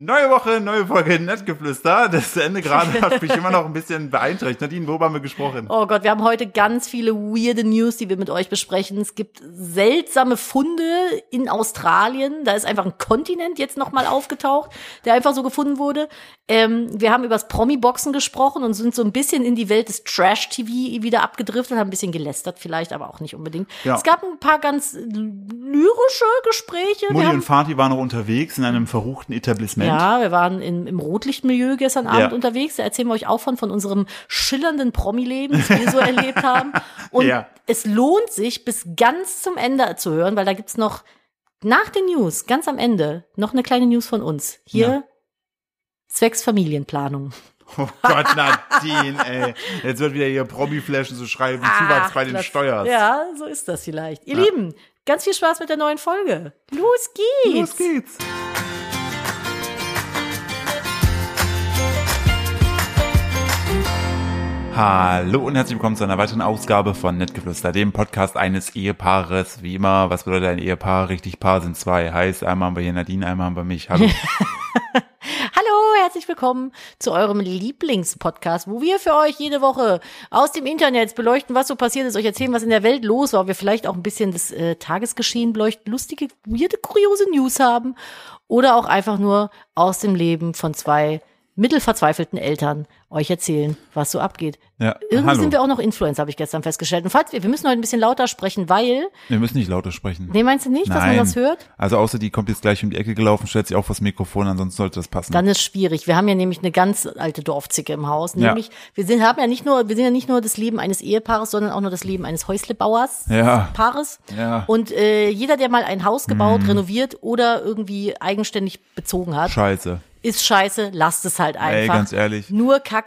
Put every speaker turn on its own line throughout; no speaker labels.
Neue Woche, neue Folge Nettgeflüster. Das Ende gerade hat mich immer noch ein bisschen beeinträchtigt. Nadine, worüber haben wir gesprochen?
Oh Gott, wir haben heute ganz viele weirde News, die wir mit euch besprechen. Es gibt seltsame Funde in Australien. Da ist einfach ein Kontinent jetzt nochmal aufgetaucht, der einfach so gefunden wurde. Ähm, wir haben über das Promi-Boxen gesprochen und sind so ein bisschen in die Welt des Trash-TV wieder abgedriftet, haben ein bisschen gelästert vielleicht, aber auch nicht unbedingt.
Ja.
Es gab ein paar ganz lyrische Gespräche. Wir
Mutti
haben-
und Vati waren noch unterwegs in einem verruchten Etablissement.
Ja, wir waren in, im Rotlichtmilieu gestern Abend
Ja.
unterwegs. Da erzählen wir euch auch von, von unserem schillernden Promi-Leben, das wir so erlebt haben. Und
Ja.
es lohnt sich, bis ganz zum Ende zu hören, weil da gibt's noch nach den News, ganz am Ende, noch eine kleine News von uns. Hier
Ja.
zwecks Familienplanung.
Oh Gott, Nadine, ey. Jetzt wird wieder hier Promi-Flaschen zu schreiben, Zuwachs bei den
klasse.
Steuern.
Ah, Ja, so ist das vielleicht. Ihr Lieben, ganz viel Spaß mit der neuen Folge. Los geht's!
Los geht's. Hallo und herzlich willkommen zu einer weiteren Ausgabe von Nettgeflüster, dem Podcast eines Ehepaares. Wie immer, was bedeutet ein Ehepaar? Richtig, Paar sind zwei. Heißt, einmal haben wir hier Nadine, einmal haben wir mich. Hallo.
Hallo, herzlich willkommen zu eurem Lieblingspodcast, wo wir für euch jede Woche aus dem Internet beleuchten, was so passiert ist, euch erzählen, was in der Welt los war, ob wir vielleicht auch ein bisschen das äh, Tagesgeschehen beleuchten, lustige, weirde, kuriose News haben oder auch einfach nur aus dem Leben von zwei mittelverzweifelten Eltern euch erzählen, was so abgeht.
Ja,
Irgendwie
hallo.
sind wir auch noch Influencer, habe ich gestern festgestellt. Und falls wir, wir müssen heute ein bisschen lauter sprechen, weil,
wir müssen nicht lauter sprechen.
nee, meinst du nicht, dass man das hört?
Also außer die kommt jetzt gleich um die Ecke gelaufen, stellt sich auch vors Mikrofon, ansonsten sollte das passen.
Dann ist schwierig. Wir haben ja nämlich eine ganz alte Dorfzicke im Haus.
Ja.
Nämlich, wir sind, haben ja nicht nur, wir sind ja nicht nur das Leben eines Ehepaares, sondern auch nur das Leben eines Häuslebauers.
Ja.
Paares.
Ja. Mhm.
Und äh, jeder, der mal ein Haus gebaut, renoviert oder irgendwie eigenständig bezogen hat,
Scheiße.
ist scheiße, lasst es halt einfach.
Ey, ganz ehrlich.
Nur Kacke.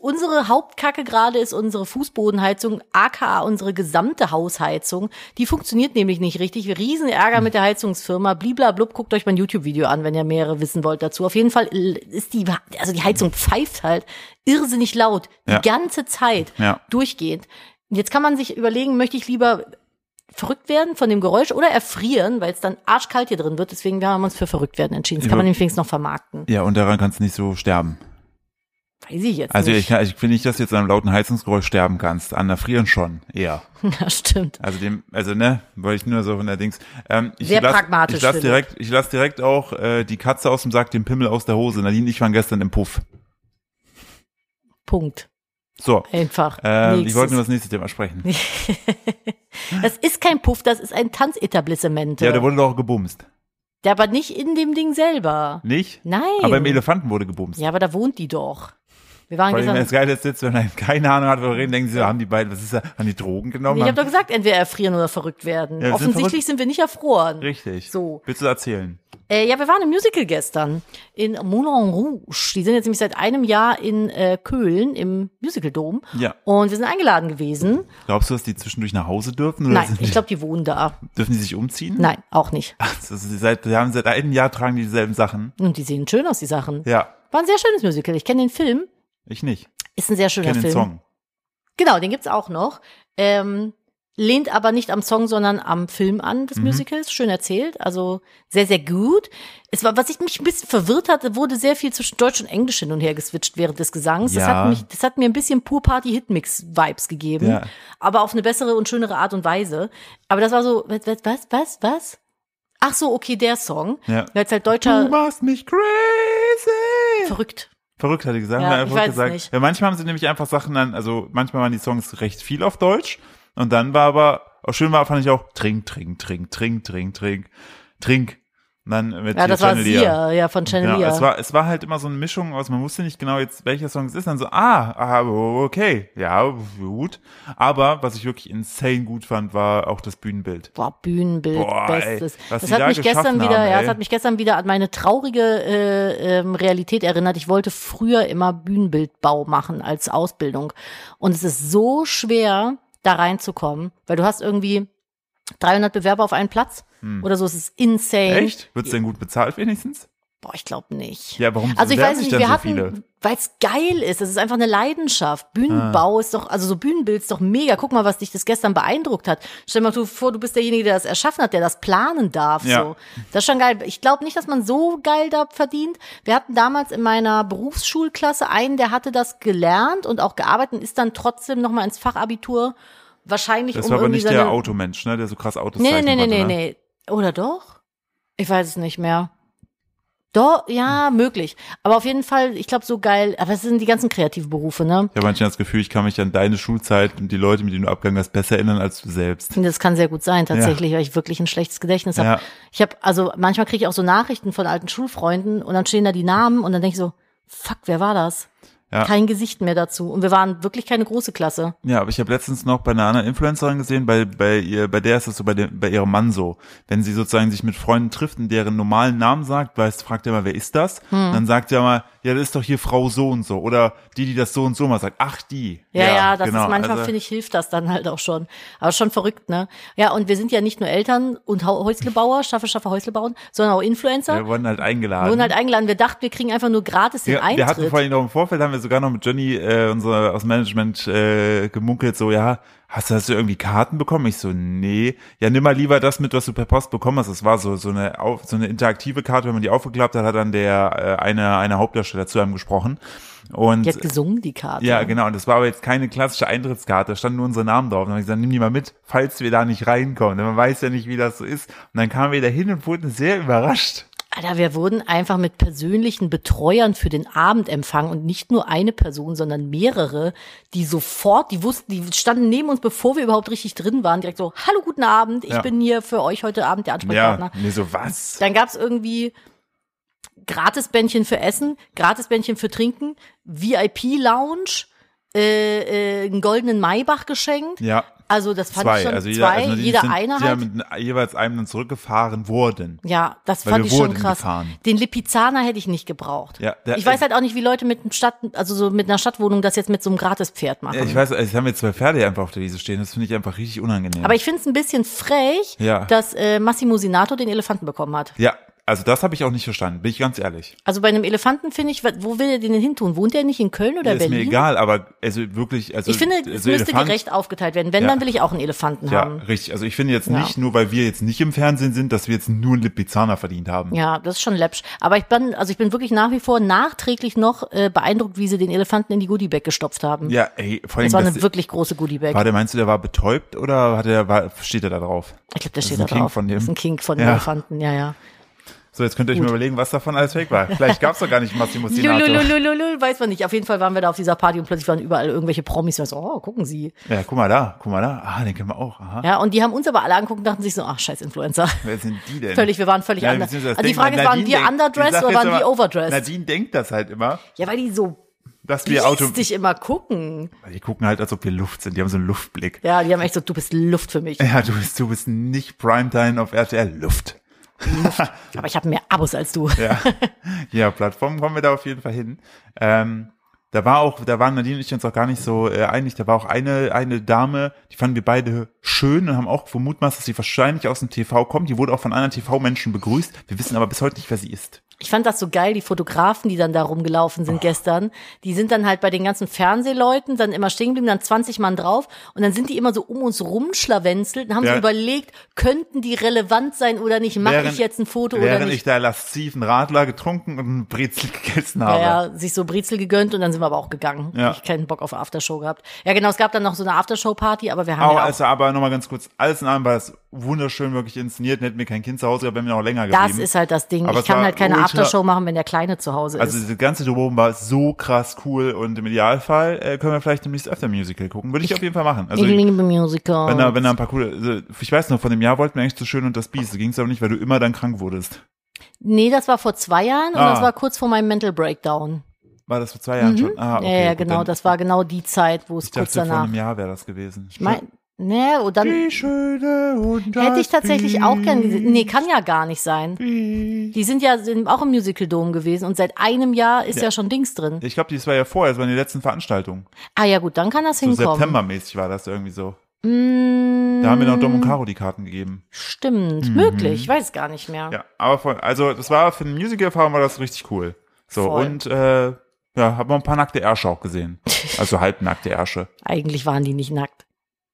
Unsere Hauptkacke gerade ist unsere Fußbodenheizung, aka unsere gesamte Hausheizung. Die funktioniert nämlich nicht richtig. Wir riesen Ärger mit der Heizungsfirma. Bliblablub, guckt euch mein YouTube-Video an, wenn ihr mehrere wissen wollt dazu. Auf jeden Fall ist die, also die Heizung pfeift halt irrsinnig laut. Die
Ja.
ganze Zeit.
Ja.
Durchgehend. Und Jetzt kann man sich überlegen, möchte ich lieber verrückt werden von dem Geräusch oder erfrieren, weil es dann arschkalt hier drin wird. Deswegen haben wir uns für verrückt werden entschieden. Das
Ja.
kann man nämlich wenigstens noch vermarkten.
Ja, und daran kannst du nicht so sterben.
Weiß ich jetzt
Also
nicht.
ich, kann- ich finde nicht, dass du jetzt an einem lauten Heizungsgeräusch sterben kannst. An der Frieren schon, eher.
Ja, stimmt.
Also dem, also ne, weil ich nur so von der Dings. Ähm, ich
Sehr
lass,
pragmatisch,
Ich lass
Philipp.
direkt, ich lass direkt auch äh, die Katze aus dem Sack, den Pimmel aus der Hose. Nadine, und ich waren gestern im Puff.
Punkt.
So,
Einfach.
äh, ich
Nächstes.
wollte nur das nächste Thema sprechen.
das ist kein Puff, das ist ein Tanzetablissement.
Ja, da wurde doch auch gebumst,
Der aber nicht in dem Ding selber.
nicht?
Nein.
Aber im Elefanten wurde gebumst.
ja, genau. aber da wohnt die doch. Wir waren
Vor allem das
gesagt,
Geile ist jetzt, wenn man keine Ahnung hat, worüber wir reden, denken sie, haben die beiden, was ist da, haben die Drogen genommen?
ich habe doch
haben,
gesagt, entweder erfrieren oder verrückt werden.
Ja, wir sind
Offensichtlich sind, wir nicht erfroren.
richtig.
So.
Willst du erzählen?
Äh, ja, wir waren im Musical gestern in Moulin Rouge. Die sind jetzt nämlich seit einem Jahr in äh, Köln im Musicaldom.
Ja.
Und wir sind eingeladen gewesen.
Glaubst du, dass die zwischendurch nach Hause dürfen? Oder
Nein,
sind die,
ich glaube, die wohnen da.
dürfen die sich umziehen?
Nein, auch nicht.
Ach, das ist, seit, wir haben seit einem Jahr tragen die dieselben Sachen.
Und die sehen schön aus, die Sachen.
Ja,
War ein sehr schönes Musical. Ich kenne den Film.
ich nicht.
Ist ein sehr
Ich
schöner
kenne den
Film.
Song.
Genau, den gibt's auch noch. Ähm, lehnt aber nicht am Song, sondern am Film an
Mhm.
des Musicals. Schön erzählt, also sehr, sehr gut. Es war, was ich mich ein bisschen verwirrt hatte, wurde sehr viel zwischen Deutsch und Englisch hin und her geswitcht während des Gesangs. Das,
Ja.
hat mich, das hat mir ein bisschen Pur Party Hitmix Vibes gegeben,
Ja.
aber auf eine bessere und schönere Art und Weise. Aber das war so, was, was, was, was? was? Ach so, okay, der Song.
Ja.
Weil es halt
Hm? Du
deutscher
machst mich crazy.
verrückt.
Verrückt hatte gesagt.
Ja,
hat er
ich
verrückt
weiß es
gesagt.
nicht.
Ja, manchmal haben sie nämlich einfach Sachen dann, also manchmal waren die Songs recht viel auf Deutsch und dann war aber, auch schön war, fand ich auch, trink, trink, trink, trink, trink, trink, trink. Und dann mit
Ja,
hier
das war
Chandelier.
Sia, ja, von Channelia.
Ja, es war, es war halt immer so eine Mischung aus, man wusste nicht genau jetzt, welcher Song es ist, dann so, ah, ah, okay, ja, gut. Aber was ich wirklich insane gut fand, war auch das Bühnenbild.
Boah, Bühnenbild,
Boah, ey,
Bestes.
was die
das hat
da
mich gestern
geschaffen
wieder,
haben,
ja,
ey.
das hat mich gestern wieder an meine traurige äh, ähm, Realität erinnert. Ich wollte früher immer Bühnenbildbau machen als Ausbildung. Und es ist so schwer, da reinzukommen, weil du hast irgendwie
Hm.
300 Bewerber auf einen Platz oder so. Es ist insane.
Echt? Wird's denn gut bezahlt wenigstens?
Boah, ich glaube nicht.
Ja, warum
Also ich
bewerben
weiß
sich
nicht,
denn
wir
so
hatten,
viele?
weil es geil ist, das ist einfach eine Leidenschaft.
Ah.
Bühnenbau ist doch, also so Bühnenbild ist doch mega. Guck mal, was dich das gestern beeindruckt hat. Stell dir mal vor, du bist derjenige, der das erschaffen hat, der das planen darf.
Ja.
So. Das ist schon geil. Ich glaube nicht, dass man so geil da verdient. Wir hatten damals in meiner Berufsschulklasse einen, der hatte das gelernt und auch gearbeitet und ist dann trotzdem nochmal ins Fachabitur wahrscheinlich
Das
um
war aber
irgendwie
nicht
seine
der Automensch, ne? Der so krass Autos
Nee,
zeichnen
nee, nee,
konnte,
nee,
ne?
nee. Oder doch? Ich weiß es nicht mehr. Doch, ja, möglich. Aber auf jeden Fall, ich glaube, so geil. Aber es sind die ganzen kreativen Berufe, ne?
Ich habe manchmal das Gefühl, ich kann mich an deine Schulzeit und die Leute, mit denen du abgegangen hast, besser erinnern als du selbst.
Das kann sehr gut sein, tatsächlich, weil ich wirklich ein schlechtes Gedächtnis habe.
Ja.
Ich habe, also manchmal kriege ich auch so Nachrichten von alten Schulfreunden und dann stehen da die Namen und dann denke ich so, fuck, wer war das?
Ja.
Kein Gesicht mehr dazu. Und wir waren wirklich keine große Klasse.
Ja, aber ich habe letztens noch bei einer anderen Influencerin gesehen, bei, bei ihr, bei der ist das so bei, dem, bei ihrem Mann so. Wenn sie sozusagen sich mit Freunden trifft und deren normalen Namen sagt, weißt, fragt er mal, wer ist das?
Hm.
Und dann sagt er mal, ja, das ist doch hier Frau so und so. Oder die, die das so und so mal sagt, ach die.
Ja, ja, das
genau.
ist manchmal,
also,
finde ich, hilft das dann halt auch schon. Aber schon verrückt, ne? Ja, und wir sind ja nicht nur Eltern und Hau- Häuslebauer, schaffe, schaffe Häuslebauer, sondern auch Influencer.
Wir wurden halt eingeladen.
wurden halt eingeladen. Wir dachten, wir kriegen einfach nur gratis den
ja, wir hatten
Eintritt.
vorhin noch im Vorfeld, haben wir sogar noch mit Johnny, äh, unser aus dem Management, äh, gemunkelt, so, ja, hast du, hast du irgendwie Karten bekommen? Ich so, nee. Ja, nimm mal lieber das mit, was du per Post bekommen hast. Das war so, so eine, auf, so eine interaktive Karte, wenn man die aufgeklappt hat, hat dann der, äh, eine, eine Hauptdarsteller zu einem gesprochen. Und,
Die hat gesungen, die Karte.
ja, genau. Und das war aber jetzt keine klassische Eintrittskarte. Da standen nur unsere Namen drauf. Und dann habe ich gesagt, nimm die mal mit, falls wir da nicht reinkommen. Denn man weiß ja nicht, wie das so ist. Und dann kamen wir da hin und wurden sehr überrascht.
Alter, wir wurden einfach mit persönlichen Betreuern für den Abend empfangen und nicht nur eine Person, sondern mehrere, die sofort, die wussten, die standen neben uns, bevor wir überhaupt richtig drin waren, direkt so, hallo, guten Abend, ich
Ja.
bin hier für euch heute Abend der Ansprechpartner.
Ja, nee, so was.
Dann gab's irgendwie Gratisbändchen für Essen, Gratisbändchen für Trinken, VIP-Lounge, äh, äh, einen goldenen Maybach geschenkt.
Ja.
Also das fand ich
zwei,
schon
also jeder,
zwei,
also die
jeder
sind
einer
sehr
halt.
mit jeweils einem dann zurückgefahren wurden.
Ja, das
Weil
fand
wir
ich schon
wurden
krass.
gefahren.
Den Lipizzaner hätte ich nicht gebraucht.
Ja, der-
ich weiß halt auch nicht, wie Leute mit einem Stadt, also so mit einer Stadtwohnung das jetzt mit so einem Gratispferd machen.
Ja, ich weiß, es haben jetzt zwei Pferde hier einfach auf der Wiese stehen, das finde ich einfach richtig unangenehm.
Aber ich finde es ein bisschen frech,
Ja.
dass äh, Massimo Sinato den Elefanten bekommen hat.
ja, also das habe ich auch nicht verstanden, bin ich ganz ehrlich.
Also bei einem Elefanten finde ich, wa- wo will er den denn hin tun? Wohnt er nicht in Köln oder
ist
Äh, Berlin?
mir egal, aber also wirklich, also
Ich finde,
also
es müsste
Elefant-
gerecht aufgeteilt werden. Wenn,
Ja.
dann will ich auch einen Elefanten
Ja,
haben.
richtig. Also ich finde jetzt
Ja.
nicht, nur weil wir jetzt nicht im Fernsehen sind, dass wir jetzt nur einen Lipizzaner verdient haben.
Ja, das ist schon läppsch. Aber ich bin, also ich bin wirklich nach wie vor nachträglich noch äh, beeindruckt, wie sie den Elefanten in die Goodiebag gestopft haben.
Ja, ey, vor allem,
das war
das,
eine wirklich große Goodiebag.
war der, meinst du, der war betäubt oder hat er, war, steht er da drauf?
Ich glaube, der
Das
steht
ist
da
ein King
drauf.
von dem.
Das ist ein King von
Ja.
Elefanten, ja, ja.
So, jetzt könnt ihr euch mal überlegen, was davon alles fake war. Vielleicht gab's doch gar nicht Massimo Sinato.
Lululululul, weiß man nicht. Auf jeden Fall waren wir da auf dieser Party und plötzlich waren überall irgendwelche Promis. Und ich so, oh, gucken Sie.
Ja, guck mal da, guck mal da. Ah, den kennen wir auch. Aha.
Ja, und die haben uns aber alle angeguckt und dachten sich so, ach, scheiß Influencer.
Wer sind die denn?
Völlig, wir waren völlig
Ja,
anders.
beziehungsweise das
Also die
denkt
Frage
man,
ist, waren
Nadine
wir
denkt- ich
underdressed
sag
oder
jetzt
waren wir
immer,
overdressed?
Nadine denkt das halt immer,
Ja, weil die so
dass wir Auto.
biestig immer gucken.
Die gucken halt, als ob wir Luft sind. Die haben so einen Luftblick.
Ja, die haben echt so, du bist Luft für mich.
Ja, du bist, du bist nicht Primetime auf RTL. Luft.
Aber ich habe mehr Abos als du.
Ja. ja, Plattformen kommen wir da auf jeden Fall hin. Ähm, da war auch, da waren Nadine und ich uns auch gar nicht so äh, einig. Da war auch eine, eine Dame, die fanden wir beide schön und haben auch vermutmaßt, dass sie wahrscheinlich aus dem TV kommt. Die wurde auch von anderen TV-Menschen begrüßt. Wir wissen aber bis heute nicht, wer sie ist.
Ich fand das so geil, die Fotografen, die dann da rumgelaufen
Oh.
sind gestern, die sind dann halt bei den ganzen Fernsehleuten dann immer stehen geblieben, dann 20 Mann drauf und dann sind die immer so um uns rumschlawenzelt und haben
Ja.
so überlegt, könnten die relevant sein oder nicht, mache ich jetzt ein Foto oder
während ich
nicht.
da lasziven Radler getrunken und einen Brezel gegessen habe.
Ja, ja, sich so Brezel gegönnt und dann sind wir aber auch gegangen.
Ja.
Ich keinen Bock auf Aftershow gehabt. Ja, genau, es gab dann noch so eine Aftershow-Party, aber wir haben
Aber,
ja auch
also, aber nochmal ganz kurz, alles in allem war es wunderschön wirklich inszeniert, hätten wir kein Kind zu Hause gehabt, wären wir noch länger
das
geblieben.
ist halt das Ding.
Aber
ich
es
kann
war
halt keine
ultra-
Aftershow machen, wenn der Kleine zu Hause
Also
ist.
diese ganze Drumherum war so krass cool und im Idealfall äh, können wir vielleicht demnächst öfter Musical gucken. Würde ich auf jeden Fall machen. Also
ich
wenn
liebe Musical.
da, wenn da ein paar coole, also, ich weiß noch, von dem Jahr wollten wir eigentlich zu schön und das Biest, ging es aber nicht, weil du immer dann krank wurdest.
Nee, das war vor zwei Jahren und
Ah.
das war kurz vor meinem Mental Breakdown.
War das vor zwei Jahren schon? Ah, okay.
ja, ja,
gut,
genau.
dann-
Das war genau die Zeit, wo es
Ich
kurz
dachte, vor
danach.
einem Jahr wäre das gewesen.
Ich mein, ne, und dann
Die Schöne und das
hätte ich tatsächlich auch gern
Biest.
gesehen. Nee, kann ja gar nicht sein.
Hm.
Die sind ja sind auch im Musical Dome gewesen und seit einem Jahr ist ja, schon Dings drin.
Ich glaube, das war ja vorher, das waren die letzten Veranstaltungen.
Ah ja, gut, dann kann das
So
hinkommen.
septembermäßig war das irgendwie so.
Mm,
Da haben wir noch Dom und Caro die Karten gegeben.
Stimmt, möglich, ich weiß gar nicht mehr.
Mhm. Ja, aber voll, also das war für eine Musical-Erfahrung war das richtig cool. So,
Voll.
und äh, ja, hab noch ein paar nackte Ärsche auch gesehen. Also halbnackte Ärsche.
Eigentlich waren die nicht nackt.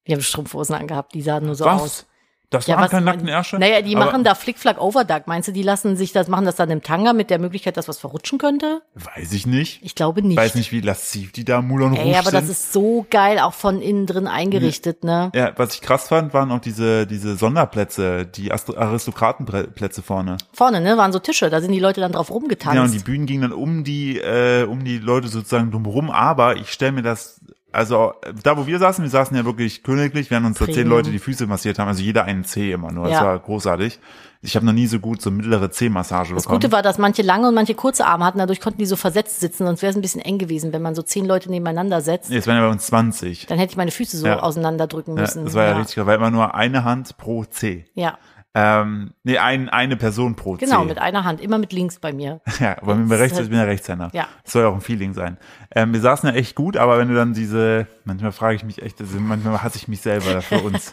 Die haben Strumpfhosen angehabt, die sahen nur so
was?
aus.
Das
Ja,
waren
was
keine
man-
nackten Ärsche?
Naja, die
Aber-
machen da Flickflack Overduck. Meinst du, die lassen sich das, machen das dann im Tanga mit der Möglichkeit, dass was verrutschen könnte?
Weiß ich nicht.
Ich glaube nicht.
Weiß nicht, wie lasziv die da Moulin Rouge
Ey, aber
sind.
das ist so geil, auch von innen drin eingerichtet, ne?
ja, was ich krass fand, waren auch diese, diese Sonderplätze, die Astro- Aristokratenplätze vorne.
Vorne, ne, waren so Tische, da sind die Leute dann drauf
Genau, und
rumgetanzt.
die Bühnen gingen dann um die, äh, um die Leute sozusagen drumherum, aber ich stelle mir das, also äh, da wo wir saßen, wir saßen ja wirklich königlich, während uns da zehn
Premium.
Leute die Füße massiert haben, also jeder einen Zeh immer nur. Das
Ja.
war großartig. Ich habe noch nie so gut so mittlere Zehmassage
das Gute
bekommen.
war, dass manche lange und manche kurze Arme hatten, dadurch konnten die so versetzt sitzen, sonst wäre es ein bisschen eng gewesen, wenn man so zehn Leute nebeneinander setzt.
Nee, Jetzt waren ja bei uns 20.
Dann hätte ich meine Füße so
Ja.
auseinanderdrücken
Ja,
müssen.
das war ja, richtig, krass, weil immer nur eine Hand pro Zeh.
Ja,
Ähm, nee, ein, eine Person pro Zeh.
genau, mit einer Hand, immer mit links bei mir.
Ja, aber wenn wir
Das ist
rechts,
halt-
ich bin ja Rechtshänder.
Ja.
Das soll ja auch ein Feeling sein. Ähm, wir saßen ja echt gut, aber wenn du dann diese, manchmal frage ich mich echt, also manchmal hasse ich mich selber für uns.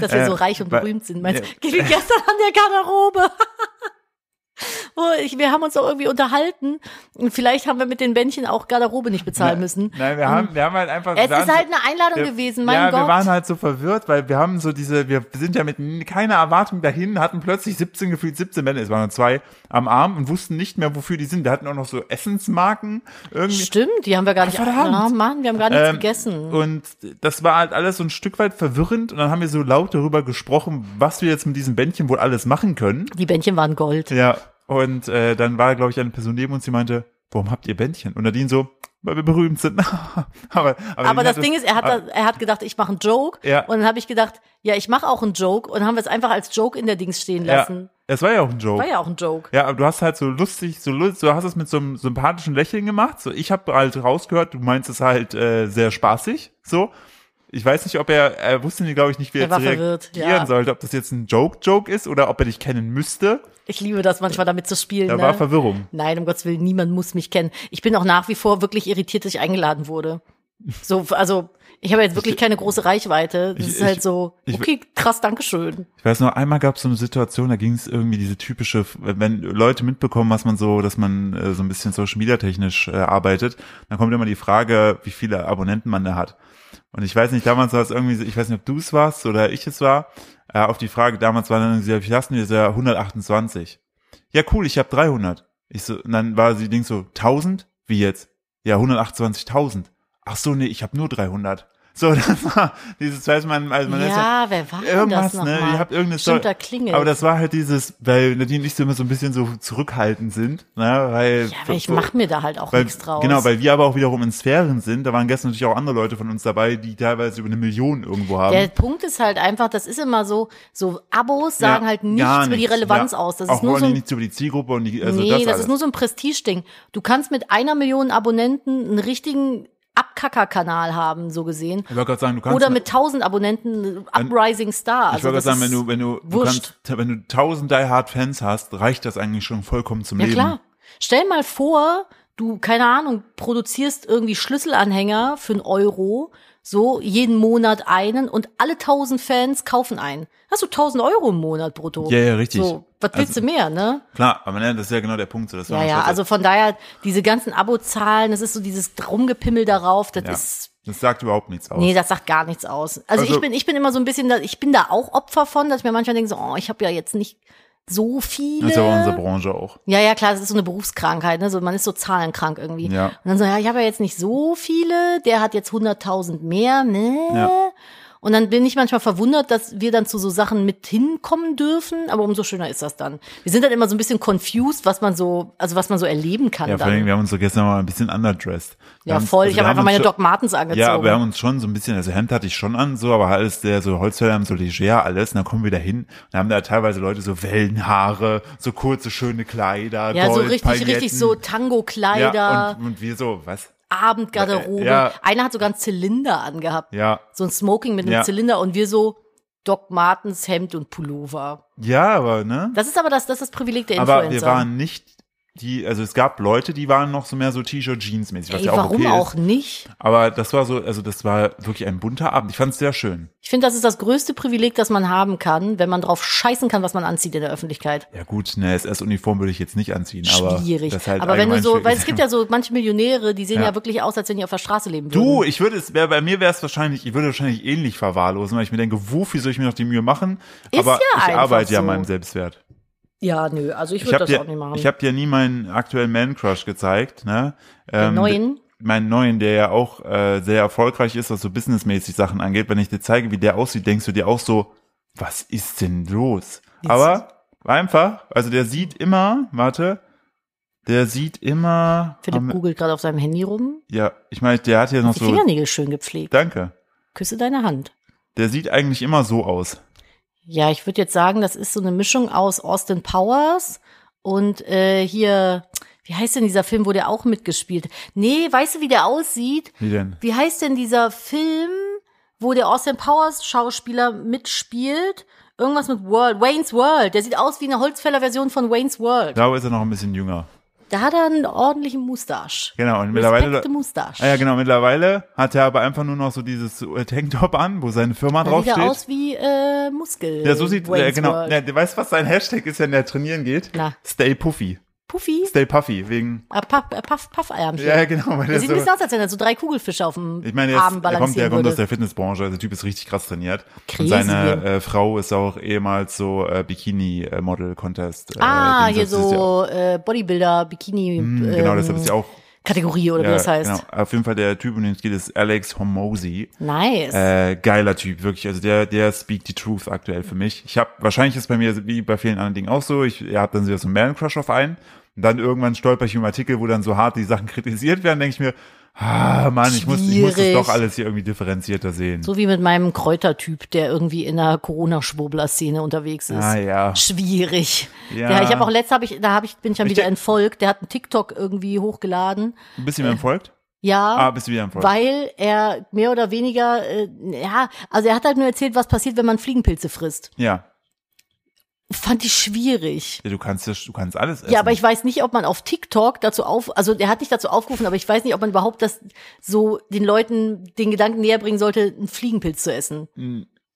Dass wir so
Äh,
reich und
wa-
berühmt sind. Meinst,
ja.
du? wie gestern an der Garderobe. Wo ich, wir haben uns auch irgendwie unterhalten. Und vielleicht haben wir mit den Bändchen auch Garderobe nicht bezahlen müssen.
Nein, wir haben, wir haben halt einfach.
Es
wir
ist
waren-
halt eine Einladung
wir-
gewesen, mein
ja,
Gott.
wir waren halt so verwirrt, weil wir haben so diese, wir sind ja mit n- keiner Erwartung dahin, hatten plötzlich 17 gefühlt 17 Männer, es waren nur zwei am Arm und wussten nicht mehr, wofür die sind. Wir hatten auch noch so Essensmarken irgendwie.
Stimmt, die haben wir gar nicht.
Verdammt.
Ja, Mann, wir haben gar nichts
Ähm,
gegessen.
Und das war halt alles so ein Stück weit verwirrend und dann haben wir so laut darüber gesprochen, was wir jetzt mit diesem Bändchen wohl alles machen können.
Die Bändchen waren Gold.
Ja, und äh, dann war, glaube ich, eine Person neben uns, die meinte, warum habt ihr Bändchen? Und Nadine so, weil wir berühmt sind. aber aber,
Aber
Nadine
das
hat
Ding ist, er hat,
aber-
da- er hat gedacht, ich mache einen Joke.
ah. Ja.
Und dann habe ich gedacht, ja, ich mache auch einen Joke. Und dann haben wir es einfach als Joke in der Dings stehen lassen.
Ja, das war ja auch ein Joke.
War ja auch ein Joke.
Ja, aber du hast halt so lustig, so lust, du hast es mit so einem sympathischen Lächeln gemacht. So, ich habe halt rausgehört, du meinst es halt äh, sehr spaßig. So, ich weiß nicht, ob er, er wusste, glaube ich, nicht, wie er,
Er war
jetzt reagieren
verwirrt, ja.
sollte, ob das jetzt ein Joke-Joke ist oder ob er dich kennen müsste.
Ich liebe das manchmal damit zu spielen.
Da
ne?
war Verwirrung.
Nein, um Gottes Willen, niemand muss mich kennen. Ich bin auch nach wie vor wirklich irritiert, dass ich eingeladen wurde. So, also ich habe jetzt wirklich keine große Reichweite. Das
Ich-
ist halt
ich-
so,
ich-
okay, krass, Dankeschön.
Ich weiß noch, einmal gab es so eine Situation, da ging es irgendwie diese typische, wenn Leute mitbekommen, was man so, dass man äh, so ein bisschen Social Media technisch äh, arbeitet, dann kommt immer die Frage, wie viele Abonnenten man da hat. Und ich weiß nicht, damals war es irgendwie, so- ich weiß nicht, ob du es warst oder ich es war, äh, auf die Frage, damals war dann, wie viel hast du denn? Ich so, ja, 128. Ja, cool, ich habe 300. Ich so, und dann war sie Dings so, 1000? Wie jetzt? Ja, 128.000. Ach so, nee, ich habe nur 300. So, das war dieses, weiß man, also man ist ja-
ja, wer war denn das
irgendwas,
noch
ne?
mal?
Ihr habt irgendeine Story.
Stimmt, da klingelt.
Aber das war halt dieses, weil Nadine und ich so immer so ein bisschen so zurückhaltend sind, ne? Weil,
ja, aber ich
so-
mache mir da halt auch
weil,
nichts draus.
Genau, weil wir aber auch wiederum in Sphären sind. Da waren gestern natürlich auch andere Leute von uns dabei, die teilweise über eine Million irgendwo haben.
der Punkt ist halt einfach, das ist immer so, so Abos sagen
Ja,
halt
gar
nichts über die Relevanz
Ja.
aus. Das
auch
ist nur
wollen
so
die
ein
nichts über die Zielgruppe und die, also
nee,
das,
das,
alles.
ist nur so ein Prestigeding. Du kannst mit einer Million Abonnenten einen richtigen Abkackerkanal haben, so gesehen.
ich wollte gerade sagen, du kannst
Oder mit 1000 Abonnenten einen Uprising Star. also
ich wollte
das
gerade sagen, wenn
ist-
du, wenn du, du
wurscht.
kannst, wenn du tausend Die Hard Fans hast, reicht das eigentlich schon vollkommen zum
Ja
Leben.
klar. Stell mal vor, du, keine Ahnung, produzierst irgendwie Schlüsselanhänger für einen Euro, so jeden Monat einen und alle 1000 Fans kaufen einen. Hast du 1000 Euro im Monat brutto?
Ja, ja, richtig.
So, was willst du mehr, ne?
Klar, aber ne, das ist ja genau der Punkt, so, das war
Ja, ja,
scheiße.
also von dadaher, diese ganzen Abozahlen, das ist so dieses Rumgepimmel darauf, das
Ja.
ist
Das sagt überhaupt nichts aus.
Nee, das sagt gar nichts aus. Also,
Also-
ich bin, ich bin immer so ein bisschen, da, ich bin da auch Opfer von, dass ich mir manchmal denke, so, oh, ich habe ja jetzt nicht so viele.
das ist aber unsere Branche auch.
ja, ja, klar, das ist so eine Berufskrankheit, ne? So, man ist so zahlenkrank irgendwie.
Ja.
Und dann so, ja, ich habe ja jetzt nicht so viele, der hat jetzt 100.000 mehr, ne?
Ja.
Und dann bin ich manchmal verwundert, dass wir dann zu so Sachen mit hinkommen dürfen, aber umso schöner ist das dann. Wir sind dann immer so ein bisschen confused, was man so, also was man so erleben kann
Ja, vor allem,
dann.
wir haben uns so gestern mal ein bisschen underdressed. Wir
Ja,
haben uns-
voll.
also
ich
wir
habe einfach
uns
meine
schon-
Doc Martens angezogen.
Ja, wir haben uns schon so ein bisschen, also Hemd hatte ich schon an, so, aber alles der, so Holzfäller haben so leger alles, und dann kommen wir da hin, und dann haben da teilweise Leute so Wellenhaare, so kurze, schöne Kleider,
ja, so
Gold,
richtig, richtig
Pailletten.
so Tango-Kleider.
Ja, und, und wir so, was?
Abendgarderobe.
Äh, ja.
Einer hat sogar einen Zylinder angehabt.
Ja,
So ein Smoking mit einem
Ja.
Zylinder und wir so Doc Martens Hemd und Pullover.
ja, aber, ne?
Das ist aber das, das, ist das Privileg der
Aber
Influencer.
wir waren nicht die, also es gab Leute, die waren noch so mehr so T-Shirt-Jeans-mäßig, was
Ey,
ja auch
warum
okay
auch
ist.
nicht?
Aber das war so, also das war wirklich ein bunter Abend. Ich fand es sehr schön.
Ich finde, das ist das größte Privileg, das man haben kann, wenn man drauf scheißen kann, was man anzieht in der Öffentlichkeit.
Ja gut, eine SS-Uniform würde ich jetzt nicht anziehen, aber
Schwierig.
das ist halt
aber wenn du
allgemein
so,
schwierig.
weil es gibt ja so manche Millionäre, die sehen ja,
Ja.
wirklich aus, als wenn die auf der Straße leben würden.
Du, ich würde es, wär, bei mir wäre es wahrscheinlich, ich würde wahrscheinlich ähnlich verwahrlosen, weil ich mir denke, wofür soll ich mir noch die Mühe machen?
Ist
Aber
ja
ich
einfach
arbeite ja
so.
an meinem Selbstwert.
Ja, nö, also ich
Ich
würde
habe
das
dir,
auch nicht machen.
ich hab dir nie meinen aktuellen Man-Crush gezeigt, ne? Ähm,
neuen?
Meinen neuen, der ja auch äh, sehr erfolgreich ist, was so businessmäßig Sachen angeht. Wenn ich dir zeige, wie der aussieht, denkst du dir auch so, was ist denn los?
Jetzt-
Aber einfach, also der sieht immer, warte, der sieht immer,
Philipp
am-
googelt gerade auf seinem Handy rum.
ja, ich meine, der hat ja noch
Die
so,
Fingernägel schön gepflegt.
danke.
Küsse deine Hand.
Der sieht eigentlich immer so aus.
Ja, ich würde jetzt sagen, das ist so eine Mischung aus Austin Powers und äh, hier, wie heißt denn dieser Film, wo der auch mitgespielt? Nee, weißt du, wie der aussieht?
Wie denn?
Wie heißt denn dieser Film, wo der Austin Powers Schauspieler mitspielt? Irgendwas mit World, Wayne's World. Der sieht aus wie eine Holzfäller-Version von Wayne's World.
Da ist er noch ein bisschen jünger.
Da hat er einen ordentlichen Mustache.
Genau, und mittlerweile.
Respekte Mustache.
Ah ja, genau, mittlerweile hat er aber einfach nur noch so dieses äh, Tanktop an, wo seine Firma
Da sieht er
draufsteht.
aus wie äh, Muskel.
Ja, so sieht
Wayne's
äh, genau.
World.
Ja, du weißt, was sein Hashtag ist, wenn er trainieren geht?
Na.
Stay puffy.
Puffy,
Stay puffy, wegen.
äh, Puff, äh, Puff, Puff-Ärmchen.
Ja, ja, genau. Weil
Der
er
sieht ein
so,
bisschen aus, als wenn er so drei Kugelfische auf dem
ich meine,
Arm
jetzt, er kommt,
balancieren
er kommt aus
würde.
der Fitnessbranche, also der Typ ist richtig krass trainiert.
Crazy.
Und seine äh, Frau ist auch ehemals so äh, Bikini-Model-Contest. Äh,
ah,
Ding,
hier
das ist ja-
so äh, Bodybuilder, Bikini
Hm,
ähm,
Genau, deshalb ist ja auch
Kategorie oder wie das heißt.
Genau. Auf jeden Fall der Typ, um den es geht, ist Alex Homozy.
Nice.
Äh, geiler Typ, wirklich. Also der, der speak the truth aktuell für mich. Ich habe wahrscheinlich ist bei mir wie bei vielen anderen Dingen auch so. Ich habe dann wieder so einen Man Crush auf einen. Und dann irgendwann stolper ich im Artikel, wo dann so hart die Sachen kritisiert werden, denke ich mir, ah, Mann, ich muss, ich muss das
Schwierig.
doch alles hier irgendwie differenzierter sehen.
so wie mit meinem Kräutertyp, der irgendwie in der Corona-Schwurbler-Szene unterwegs ist.
ah ja.
Schwierig.
Ja.
Ja. ich habe auch letzt habe ich, da habe ich bin ich dann
Ich
wieder
denk-
entfolgt. Der hat einen TikTok irgendwie hochgeladen.
Ein bisschen mehr entfolgt? Ah,
Ja.
bist du wieder entfolgt?
weil er mehr oder weniger, äh, ja, also er hat halt nur erzählt, was passiert, wenn man Fliegenpilze frisst.
Ja.
Fand ich schwierig.
ja. Du kannst das, du kannst alles essen.
Ja, aber ich weiß nicht, ob man auf TikTok dazu auf, also der hat nicht dazu aufgerufen, aber ich weiß nicht, ob man überhaupt das so den Leuten den Gedanken näher bringen sollte, einen Fliegenpilz zu essen.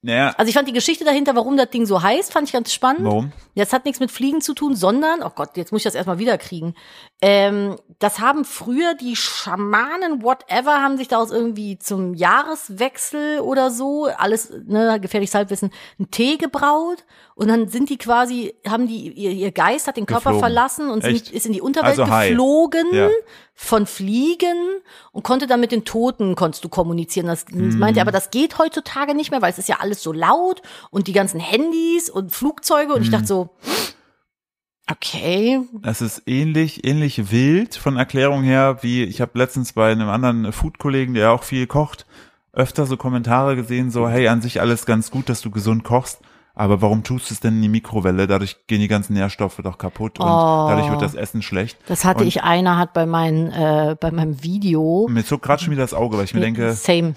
Naja,
Also ich fand die Geschichte dahinter, warum das Ding so heißt, fand ich ganz spannend.
warum?
Das hat nichts mit Fliegen zu tun, sondern, oh Gott, jetzt muss ich das erstmal wiederkriegen. Ähm, das haben früher die Schamanen, whatever, haben sich daraus irgendwie zum Jahreswechsel oder so, alles, ne, gefährliches Halbwissen, einen Tee gebraut und dann sind die quasi, haben die, ihr, ihr Geist hat den Körper
Geflogen.
verlassen und sind,
Echt?
ist in die Unterwelt
Also Hai.
geflogen
Ja.
von Fliegen und konnte dann mit den Toten konntest du kommunizieren. Das meinte
Mhm.
er, aber das geht heutzutage nicht mehr, weil es ist ja alles so laut und die ganzen Handys und Flugzeuge und ich
Mhm.
dachte so, okay,
Das ist ähnlich, ähnlich wild von Erklärung her, wie ich habe letztens bei einem anderen Food-Kollegen, der auch viel kocht, öfter so Kommentare gesehen, so, hey, an sich alles ganz gut, dass du gesund kochst, aber warum tust du es denn in die Mikrowelle? Dadurch gehen die ganzen Nährstoffe doch kaputt und
Oh.
dadurch wird das Essen schlecht.
das hatte
Und-
ich einer hat bei meinen äh, bei meinem Video
Und mir zuckt gerade schon wieder das Auge, weil ich mir denke, Mhm.
Same.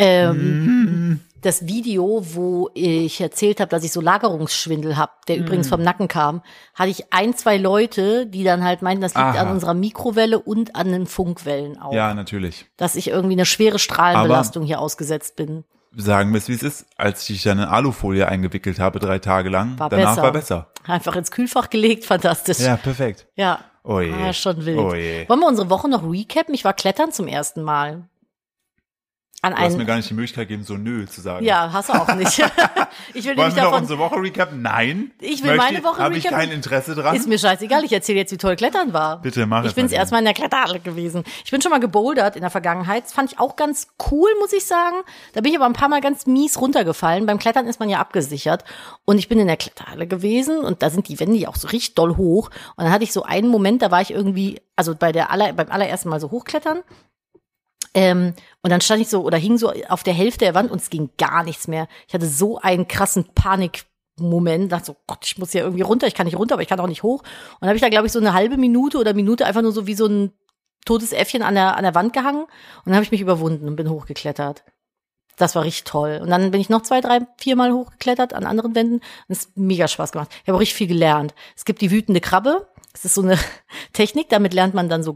Ähm, Das Video, wo ich erzählt habe, dass ich so Lagerungsschwindel habe, der übrigens vom Nacken kam, hatte ich ein, zwei Leute, die dann halt meinten, das liegt
Aha.
an unserer Mikrowelle und an den Funkwellen auch.
ja, natürlich.
Dass ich irgendwie eine schwere Strahlenbelastung hier ausgesetzt bin.
Sagen wir es, wie es ist. Als ich dann in Alufolie eingewickelt habe, drei Tage lang,
War
danach
besser.
war besser.
Einfach ins Kühlfach gelegt, fantastisch. Ja.
Ja, perfekt. Oh je.
Ah, schon wild.
Oh je.
Wollen wir unsere Woche noch recappen? Ich war klettern zum ersten Mal. An
Du hast mir
einen.
gar nicht die Möglichkeit gegeben, so nö zu sagen.
Ja, hast du auch nicht. ich
Wollen
will nämlich
wir noch
davon
unsere Woche recappen? Nein.
Ich will meine Woche
Habe ich
recappen.
kein Interesse dran?
Ist mir scheißegal, ich erzähle jetzt, wie toll Klettern war.
Bitte, mach
Ich
es
bin's
mal.
erstmal in der Kletterhalle gewesen. Ich bin schon mal gebouldert in der Vergangenheit. Das fand ich auch ganz cool, muss ich sagen. Da bin ich aber ein paar Mal ganz mies runtergefallen. Beim Klettern ist man ja abgesichert. Und ich bin in der Kletterhalle gewesen und da sind die Wände ja auch so richtig doll hoch. Und dann hatte ich so einen Moment, da war ich irgendwie, also bei der aller, beim allerersten Mal so hochklettern. Ähm, und dann stand ich so oder hing so auf der Hälfte der Wand und es ging gar nichts mehr. Ich hatte so einen krassen Panikmoment, dachte so, Gott, ich muss hier irgendwie runter, ich kann nicht runter, aber ich kann auch nicht hoch. Und dann habe ich da, glaube ich, so eine halbe Minute oder Minute einfach nur so wie so ein totes Äffchen an der, an der Wand gehangen. Und dann habe ich mich überwunden und bin hochgeklettert. Das war richtig toll. Und dann bin ich noch zwei, drei, viermal hochgeklettert an anderen Wänden. Und es hat mega Spaß gemacht. Ich habe auch richtig viel gelernt. Es gibt die wütende Krabbe. Das ist so eine Technik, damit lernt man dann so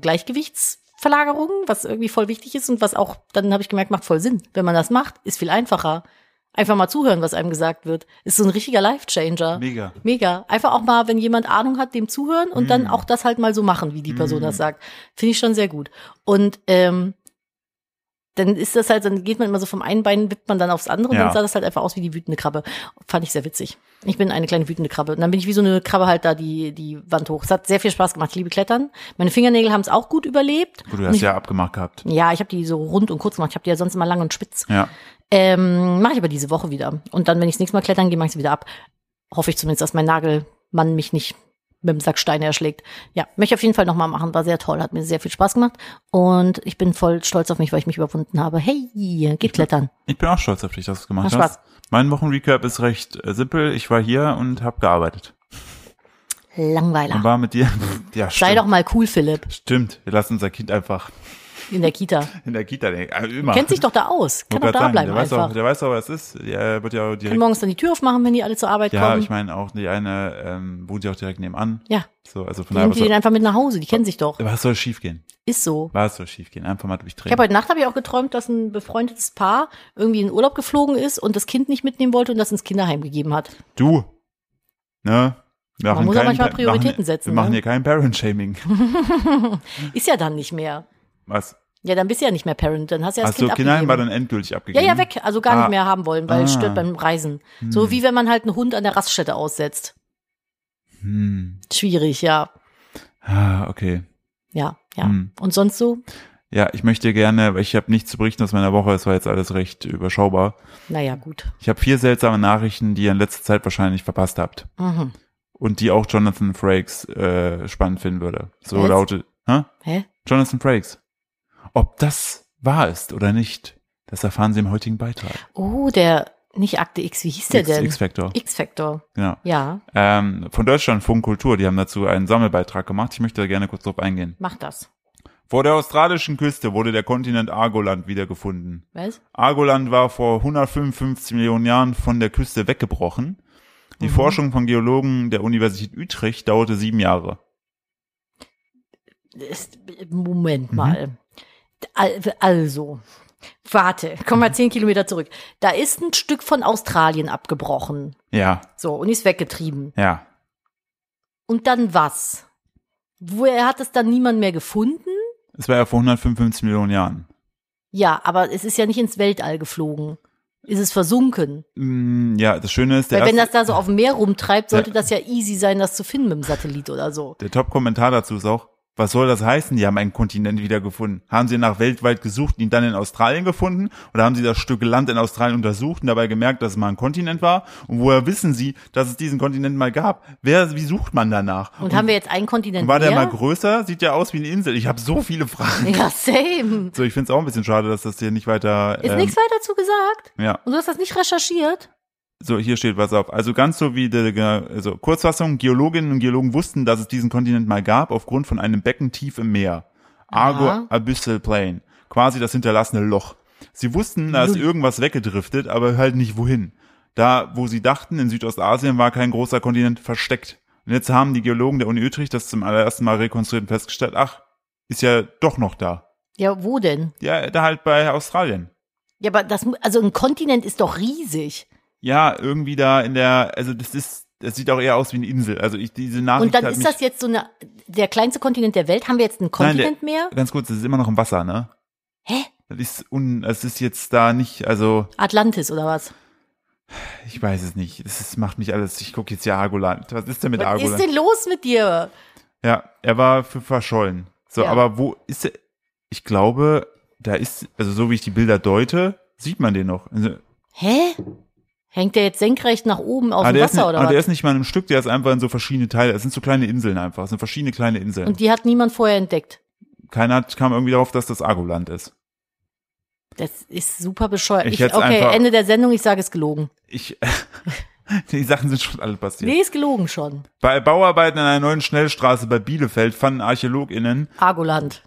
Gleichgewichtsverlagerungen, was irgendwie voll wichtig ist und was auch, dann habe ich gemerkt, macht voll Sinn. Wenn man das macht, ist viel einfacher. Einfach mal zuhören, was einem gesagt wird. Ist so ein richtiger Life-Changer.
Mega.
Mega. Einfach auch mal, wenn jemand Ahnung hat, dem zuhören und
Mhm.
dann auch das halt mal so machen, wie die Person das sagt. Finde ich schon sehr gut. Und ähm, dann ist das halt, dann geht man immer so vom einen Bein, wippt man dann aufs andere
Ja.
und dann sah das halt einfach aus wie die wütende Krabbe. Fand ich sehr witzig. Ich bin eine kleine wütende Krabbe. Und dann bin ich wie so eine Krabbe halt da die, die Wand hoch. Es hat sehr viel Spaß gemacht. Ich liebe Klettern. Meine Fingernägel haben es auch gut überlebt.
Gut, du hast ja abgemacht gehabt.
Ja, ich habe die so rund und kurz gemacht. Ich habe die ja sonst immer lang und spitz.
Ja.
Ähm, mache ich aber diese Woche wieder. Und dann, wenn ich das nächste Mal klettern gehe, mache ich es wieder ab. Hoffe ich zumindest, dass mein Nagelmann mich nicht mit dem Sack Steine erschlägt. Ja, möchte ich auf jeden Fall nochmal machen. War sehr toll, hat mir sehr viel Spaß gemacht. Und ich bin voll stolz auf mich, weil ich mich überwunden habe. Hey, geht klettern.
Ich bin auch stolz auf dich, dass du es gemacht
Hat Spaß.
hast. Mein Wochenrecap ist recht äh, simpel. Ich war hier und habe gearbeitet. Und
Langweiler.
war mit dir. ja, stimmt.
Sei doch mal cool, Philipp,
Stimmt. Wir lassen unser Kind einfach
in der Kita.
in der Kita denken. Also immer.
Kennt sich doch da aus. Kann doch da bleiben
der weiß,
einfach.
auch, der weiß auch, was es ist. Der wird ja auch
Kann
direkt.
morgens dann die Tür aufmachen, wenn die alle zur Arbeit
Ja,
kommen.
ich meine auch, die eine ähm, wohnt ja auch direkt nebenan.
ja,
So, also von daher,
nehmen
was
die den
soll,
einfach mit nach Hause. Die kennen sich doch.
was soll schief gehen?
Ist so.
Was soll schief gehen? Einfach mal
Ich
durchdrehen.
habe heute Nacht habe ich auch geträumt, dass ein befreundetes Paar irgendwie in Urlaub geflogen ist und das Kind nicht mitnehmen wollte und das ins Kinderheim gegeben hat.
du. Ne? Wir
Man
machen
muss auch
keinen
manchmal
Pa-
Prioritäten
machen,
setzen,
Wir machen
ne?
hier kein Parent-Shaming.
Ist ja dann nicht mehr.
Was?
Ja, dann bist du ja nicht mehr Parent, dann hast du ja das
Hast du
Kind
Kinderheim war
abgegeben.
dann endgültig
Ja,
abgegeben?
ja, weg, also gar
Ah.
nicht mehr haben wollen, weil es
Ah.
stört beim Reisen. So wie wenn man halt einen Hund an der Raststätte aussetzt.
Hm.
Schwierig, ja.
Ah, okay.
Ja, ja.
Hm.
Und sonst so?
Ja, ich möchte gerne, weil ich habe nichts zu berichten aus meiner Woche. Es war jetzt alles recht überschaubar.
Naja, gut.
Ich habe vier seltsame Nachrichten, die ihr in letzter Zeit wahrscheinlich verpasst habt.
Mhm.
Und die auch Jonathan Frakes äh, spannend finden würde. So
Wer ist?
lautet. Hä?
Hä?
Jonathan Frakes. Ob das wahr ist oder nicht, das erfahren Sie im heutigen Beitrag.
Oh, der, nicht Akte X, wie hieß der
X-
denn?
X-Factor,
X-Factor,
genau.
ja,
Ähm, von Deutschlandfunk Kultur, die haben dazu einen Sammelbeitrag gemacht. Ich möchte da gerne kurz drauf eingehen.
mach das.
Vor der australischen Küste wurde der Kontinent Argoland wiedergefunden.
Weißt?
Argoland war vor 155 Millionen Jahren von der Küste weggebrochen. Die
Mhm.
Forschung von Geologen der Universität Utrecht dauerte sieben Jahre.
Ist-
Mhm.
Moment mal. Al- Also, warte, komm
Mhm.
mal zehn Kilometer zurück. Da ist ein Stück von Australien abgebrochen.
Ja,
So, und ist weggetrieben.
ja.
Und dann was? Woher hat es dann niemand mehr gefunden?
Es war ja vor 155 Millionen Jahren.
Ja, aber es ist ja nicht ins Weltall geflogen. Ist es versunken?
Mm, Ja, das Schöne ist, der,
Weil wenn das
erste-
da so auf dem Meer rumtreibt, sollte
Ja.
das ja easy sein, das zu finden mit dem Satellit oder so.
der Top-Kommentar dazu ist auch, was soll das heißen, die haben einen Kontinent wiedergefunden? Haben sie nach weltweit gesucht und ihn dann in Australien gefunden? Oder haben sie das Stück Land in Australien untersucht und dabei gemerkt, dass es mal ein Kontinent war? Und woher wissen sie, dass es diesen Kontinent mal gab? Wer, wie sucht man danach?
Und haben wir jetzt einen Kontinent
War der
mehr?
mal größer? Sieht ja aus wie eine Insel. Ich habe so viele Fragen.
ja, same.
So, ich finde es auch ein bisschen schade, dass das hier nicht weiter. ähm,
Ist nichts weiter zu gesagt?
Ja,
Und du hast das nicht recherchiert?
so hier steht was auf. Also ganz so wie der, Ge- also Kurzfassung, Geologinnen und Geologen wussten, dass es diesen Kontinent mal gab, aufgrund von einem Becken tief im Meer. Argo
Aha.
Abyssal Plain. Quasi das hinterlassene Loch. Sie wussten, da ist
Nun.
irgendwas weggedriftet, aber halt nicht wohin. Da, wo sie dachten, in Südostasien war kein großer Kontinent versteckt. Und jetzt haben die Geologen der Uni Utrecht das zum allerersten Mal rekonstruiert und festgestellt, ach, ist ja doch noch da.
Ja, wo denn?
Ja, da halt bei Australien.
Ja, aber das, mu- also ein Kontinent ist doch riesig.
Ja, irgendwie da in der, also das ist, das sieht auch eher aus wie eine Insel. Also ich, diese Nachricht
Und dann
hat
ist
mich,
das jetzt so eine, der kleinste Kontinent der Welt. Haben wir jetzt einen
Nein, der-
Kontinent mehr?
Ganz kurz, das ist immer noch im Wasser, ne?
Hä?
Das ist un, das ist jetzt da nicht, also
Atlantis oder was?
ich weiß es nicht. Das ist, macht mich alles, ich gucke jetzt hier Argoland. Was ist denn mit
Was ist
Argoland?
denn los mit dir?
Ja, er war für verschollen. So,
Ja.
aber wo ist er? Ich glaube, da ist, also so wie ich die Bilder deute, sieht man den noch. Also,
Hä? Hängt der jetzt senkrecht nach oben aus
ah,
dem
der, ist,
Wasser
nicht-
oder
ah,
was?
der ist nicht mal in einem Stück, der ist einfach in so verschiedene Teile. Es sind so kleine Inseln einfach. Es sind verschiedene kleine Inseln.
Und die hat niemand vorher entdeckt.
Keiner hat, kam irgendwie darauf, dass das Argoland ist.
Das ist super bescheuert.
Ich
Ich
hätt's
okay,
einfach-
Ende der Sendung, ich sage es gelogen.
Ich. Die Sachen sind schon alle passiert.
Nee, ist gelogen schon.
Bei Bauarbeiten an einer neuen Schnellstraße bei Bielefeld fanden ArchäologInnen
Argoland.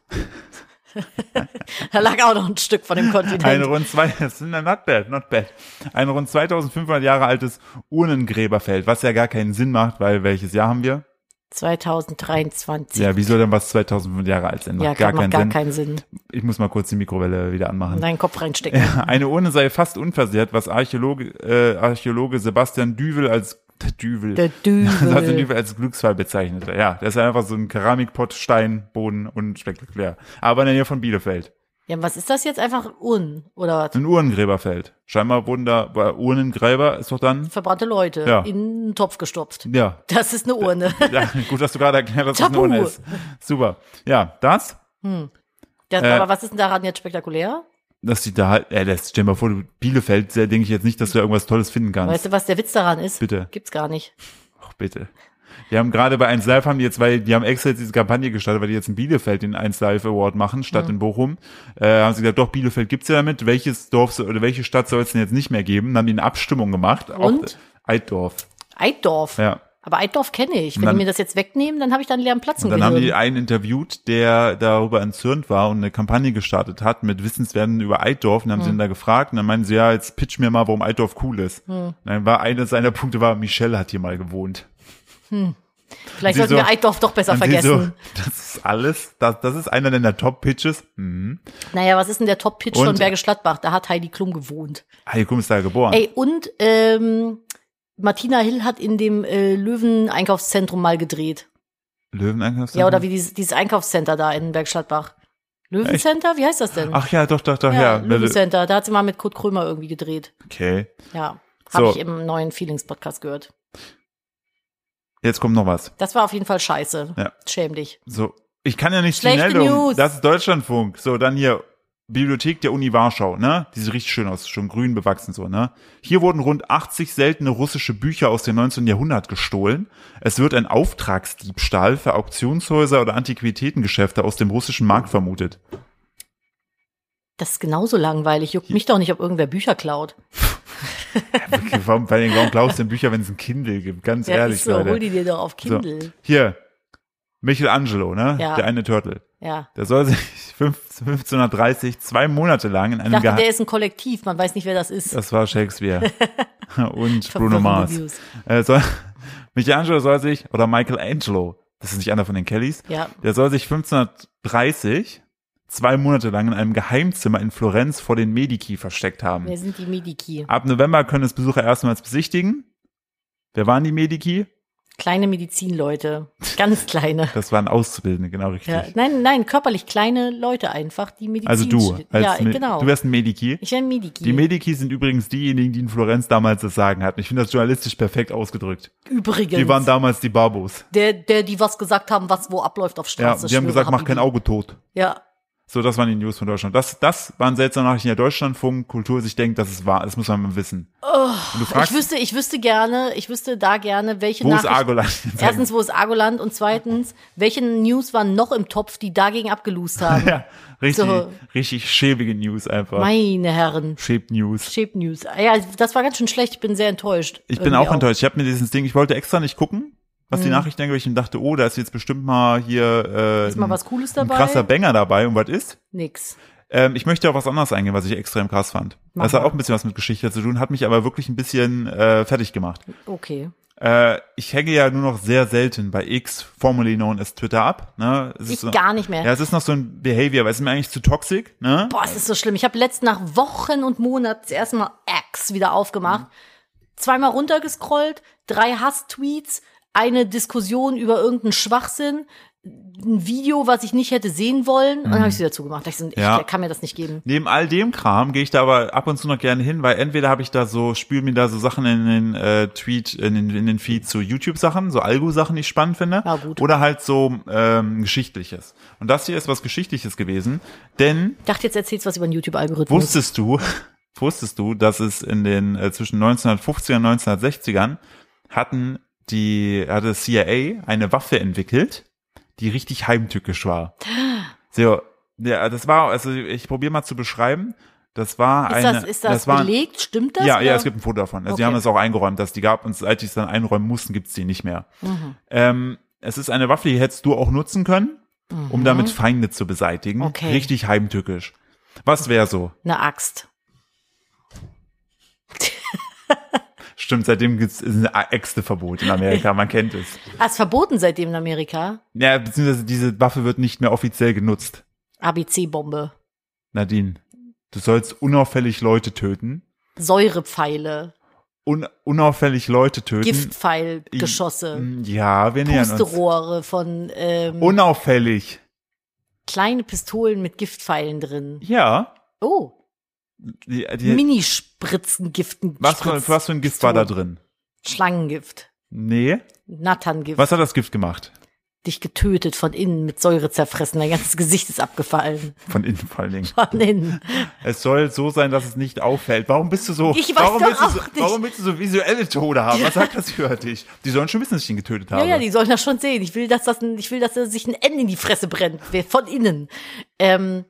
da lag auch noch ein Stück von dem
ein
Kontinent.
rund zwei, das sind ja not bad, not bad, ein rund 2500 Jahre altes Urnengräberfeld, was ja gar keinen Sinn macht, weil welches Jahr haben wir?
2023.
Ja, wie soll denn was 2005 Jahre alt sein? Macht
Ja,
gar
macht
keinen
gar
Sinn.
keinen Sinn.
ich muss mal kurz die Mikrowelle wieder anmachen.
In deinen Kopf reinstecken.
Eine Urne sei fast unversehrt, was Archäologe, äh, Archäologe Sebastian Düvel als Düvel,
Der
Sebastian
Dübel.
Düvel als Glücksfall bezeichnete. Ja, das ist einfach so ein Keramikpott, Stein, Boden und spektakulär. Aber in der Nähe von Bielefeld.
Ja, was ist das jetzt? Einfach Urn oder was?
Ein Uhrengräberfeld. Scheinbar wurden da war Urnengräber ist doch dann.
Verbrannte Leute
Ja.
in einen Topf gestopft.
Ja.
Das ist eine Urne.
ja gut, dass du gerade erklärt hast, was eine
Tabu.
Urne ist. Super. Ja, das.
Das,
Äh.
aber was ist denn daran jetzt spektakulär?
Das sieht da halt, äh, das, stell dir mal vor, du- Bielefeld, da denke ich jetzt nicht, dass du da irgendwas Tolles finden kannst.
Weißt du, was der Witz daran ist?
Bitte.
Gibt's gar nicht.
Ach, bitte. Die haben gerade bei 1 Live haben die jetzt, weil die haben extra jetzt diese Kampagne gestartet, weil die jetzt in Bielefeld den 1 Live Award machen, statt in Bochum. Äh, haben sie gesagt, doch, Bielefeld gibt's ja damit. Welches Dorf so- oder welche Stadt soll es denn jetzt nicht mehr geben? Dann haben die eine Abstimmung gemacht.
Und?
Auch Altdorf.
Eitdorf.
Ja.
Aber Eitdorf kenne ich. Wenn
dann-
die mir das jetzt wegnehmen, dann habe ich da einen leeren Platz im
Und dann haben
Gehirn.
die einen interviewt, der darüber entzürnt war und eine Kampagne gestartet hat mit Wissenswerten über Eitdorf und haben sie
Hm.
ihn da gefragt und dann meinen sie, ja, jetzt pitch mir mal, warum Eitdorf cool ist.
Hm.
Und dann war einer seiner Punkte war, Michelle hat hier mal gewohnt.
Vielleicht
sie
sollten
so-
wir Eitdorf doch besser
Und sie
vergessen.
So, das ist alles, das, das ist einer deiner Top-Pitches. Mhm.
Naja, was ist denn der Top-Pitch
Und-
von Bergisch Gladbach? Da hat Heidi Klum gewohnt.
Heidi Klum ist Ah, da geboren.
Ey, und ähm, Martina Hill hat in dem äh, Löwen-Einkaufszentrum mal gedreht.
Löweneinkaufszentrum?
Ja, oder wie dieses, dieses Einkaufscenter da in Bergisch Gladbach. Löwencenter? Wie heißt das denn?
Ach ja, doch, doch, doch,
ja,
ja.
Löwencenter. Da hat sie mal mit Kurt Krömer irgendwie gedreht.
Okay.
Ja,
So.
habe ich im neuen Feelings-Podcast gehört.
Jetzt kommt noch was.
Das war auf jeden Fall scheiße.
Ja.
Schäm dich.
So. Ich kann ja nicht
Schlechte
schnell um.
News.
Das ist Deutschlandfunk. So, dann hier. Bibliothek der Uni Warschau, ne? Die sieht richtig schön aus, schon grün bewachsen so, ne? Hier wurden rund 80 seltene russische Bücher aus dem 19. Jahrhundert gestohlen. Es wird ein Auftragsdiebstahl für Auktionshäuser oder Antiquitätengeschäfte aus dem russischen Markt vermutet.
Das ist genauso langweilig. Juckt mich doch nicht, ob irgendwer Bücher klaut.
Wirklich, Warum, vor allen Dingen, warum glaubst du denn Bücher, wenn es ein Kindle gibt? Ganz
Ja,
ehrlich,
ist so. Hol
Leute.
die dir doch auf
So.
Kindle.
Hier, Michelangelo, ne?
Ja.
Der eine Turtle.
Ja.
Der soll sich 15- 1530 zwei Monate lang in
Ich
einem
dachte, der
Geheim...
ist ein Kollektiv. Man weiß nicht, wer das ist.
Das war Shakespeare. Und Bruno
Verwirrende
Mars.
Views.
Äh, soll, Michelangelo soll sich, oder Michelangelo, das ist nicht einer von den Kellys,
Ja.
der soll sich 1530 zwei Monate lang in einem Geheimzimmer in Florenz vor den Medici versteckt haben.
Wer sind die Mediki?
Ab November können es Besucher erstmals besichtigen. Wer waren die Medici?
Kleine Medizinleute. Ganz kleine.
Das waren Auszubildende, genau richtig.
Ja. Nein, nein, körperlich kleine Leute einfach, die Medizin.
also du, als
ja,
Me-
genau.
du wärst ein Mediki.
ich bin Mediki.
Die Medici sind übrigens diejenigen, die in Florenz damals das Sagen hatten. Ich finde das journalistisch perfekt ausgedrückt.
Übrigens.
Die waren damals die Barbos.
der, der, die was gesagt haben, was wo abläuft auf
Ja,
Straße.
die haben
schwöre,
gesagt, mach
Habibi.
kein Auge tot.
Ja,
So, das waren die News von Deutschland. Das, das waren seltsame Nachrichten der Deutschlandfunk. Kultur sich denkt, das ist wahr. Das muss man mal wissen. Und du
Oh, ich
fragst,
wüsste, ich wüsste gerne, ich wüsste da gerne, welche
wo ist
Nachrichten.
Argoland?
Erstens, wo ist Argoland? Und zweitens, welche News waren noch im Topf, die dagegen abgelust haben?
ja, richtig,
So.
richtig schäbige News einfach.
Meine Herren.
Schäb News.
Shape News. Ah Ja, das war ganz schön schlecht. Ich bin sehr enttäuscht.
Ich bin
Irgendwie
auch enttäuscht. Ich habe mir dieses Ding, ich wollte extra nicht gucken, was
Mhm.
die Nachrichten angeht. weil Ich dachte, oh, da ist jetzt bestimmt mal hier äh,
Ist mal
ein-
was Cooles
ein
dabei?
krasser Banger dabei. Und was ist?
Nix.
Ähm, ich möchte auf was anderes eingehen, was ich extrem krass fand.
Mach
das hat
mal.
auch ein bisschen was mit Geschichte zu tun, hat mich aber wirklich ein bisschen äh, fertig gemacht.
Okay.
Äh, ich hänge ja nur noch sehr selten bei X, formerly known as Twitter, ab. Ne? Es
Ich
so,
gar nicht mehr.
Ja, es ist noch so ein Behavior, weil es ist mir eigentlich zu toxisch. Ne?
Boah, es ist so schlimm. Ich habe letzt nach Wochen und Monaten das erste Mal X wieder aufgemacht. Zweimal runtergescrollt, drei Hass-Tweets, eine Diskussion über irgendeinen Schwachsinn, ein Video, was ich nicht hätte sehen wollen. Und dann habe ich es wieder zugemacht. Ich so, echt,
Mhm. Ja.
der kann mir das nicht geben.
Neben all dem Kram gehe ich da aber ab und zu noch gerne hin, weil entweder habe ich da so, spül mir da so Sachen in den äh, Tweet, in den, in den Feed zu YouTube-Sachen, so Algo-Sachen, die ich spannend finde.
Na gut.
Oder halt so ähm, Geschichtliches. Und das hier ist was Geschichtliches gewesen, denn
Ich dachte, jetzt erzählst du was über den YouTube-Algorithmus.
wusstest du, wusstest du, dass es in den äh, zwischen 1950er und 1960ern hatten die, hatte CIA eine Waffe entwickelt, die richtig heimtückisch war. So, ja, das war, also ich probiere mal zu beschreiben. Das war
Ist
eine.
das, ist das,
war,
belegt? Stimmt das?
ja, ja,
oder?
es gibt ein Foto davon. Also die
Okay.
haben es auch eingeräumt, dass die gab und seit die es dann einräumen mussten, gibt's die nicht mehr.
Mhm.
Ähm, es ist eine Waffe, die hättest du auch nutzen können, um damit Feinde zu beseitigen.
Mhm. Okay.
Richtig heimtückisch. Was wäre so?
eine Axt.
Stimmt, seitdem gibt's, ist ein Äxteverbot in Amerika, man kennt es.
Ah, ist verboten seitdem in Amerika.
Ja, beziehungsweise diese Waffe wird nicht mehr offiziell genutzt.
ABC-Bombe.
Nadine, du sollst unauffällig Leute töten.
Säurepfeile.
Un unauffällig Leute töten. Mm,
Giftpfeilgeschosse.
Ja, wir nähern uns.
Pusterohre von ähm,
Unauffällig.
kleine Pistolen mit Giftpfeilen drin.
Ja.
Oh,
Die, die,
Minispritzen, Giften.
was, für, was für ein Gift war da drin?
Schlangengift.
Nee.
Natterngift.
Was hat das Gift gemacht?
Dich getötet, von innen mit Säure zerfressen. Dein ganzes Gesicht ist abgefallen.
Von innen vor allen Dingen.
Von innen.
Es soll so sein, dass es nicht auffällt. Warum bist du so,
Ich weiß
warum,
doch
willst du so
auch nicht.
warum willst du so visuelle Tode haben? Was sagt das für dich? Die sollen schon wissen, dass ich ihn getötet
Ja,
habe.
ja, die sollen das schon sehen. Ich will, dass das, ein- ich will, dass er sich ein N in die Fresse brennt. Wer- Von innen. Ähm,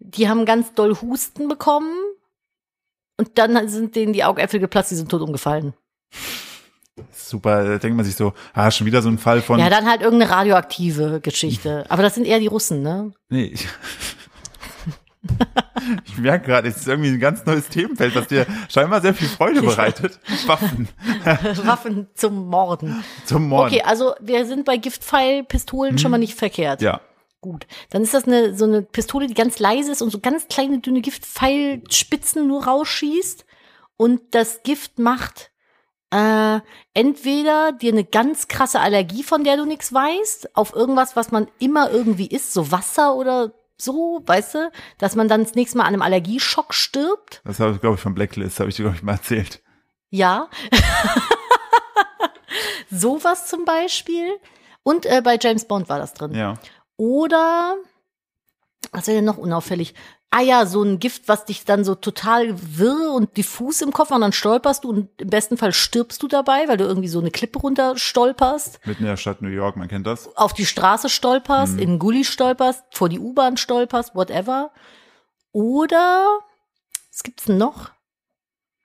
die haben ganz doll Husten bekommen. Und dann sind denen die Augäpfel geplatzt, die sind tot umgefallen.
Super, da denkt man sich so, ah, schon wieder so ein Fall von,
ja, dann halt irgendeine radioaktive Geschichte. Aber das sind eher die Russen, ne?
nee, ich, ich merke gerade, es ist irgendwie ein ganz neues Themenfeld, was dir scheinbar sehr viel Freude bereitet. Waffen
Waffen zum Morden.
zum Mord.
Okay, also wir sind bei Giftpfeilpistolen schon mal nicht verkehrt.
Ja,
Gut. Dann ist das eine, so eine Pistole, die ganz leise ist und so ganz kleine, dünne Giftpfeilspitzen nur rausschießt. Und das Gift macht äh, entweder dir eine ganz krasse Allergie, von der du nichts weißt, auf irgendwas, was man immer irgendwie isst, so Wasser oder so, weißt du, dass man dann das nächste Mal an einem Allergieschock stirbt.
das habe ich, glaube ich, von Blacklist, habe ich dir, glaube ich, mal erzählt.
Ja. Sowas zum Beispiel. Und äh, bei James Bond war das drin.
Ja.
Oder, was wäre denn noch unauffällig? Ah ja, so ein Gift, was dich dann so total wirr und diffus im Kopf macht und dann stolperst du und im besten Fall stirbst du dabei, weil du irgendwie so eine Klippe runter stolperst,
Mitten in der Stadt New York, man kennt das.
auf die Straße stolperst, in den Gully stolperst, vor die U-Bahn stolperst, whatever. Oder, was gibt's denn noch?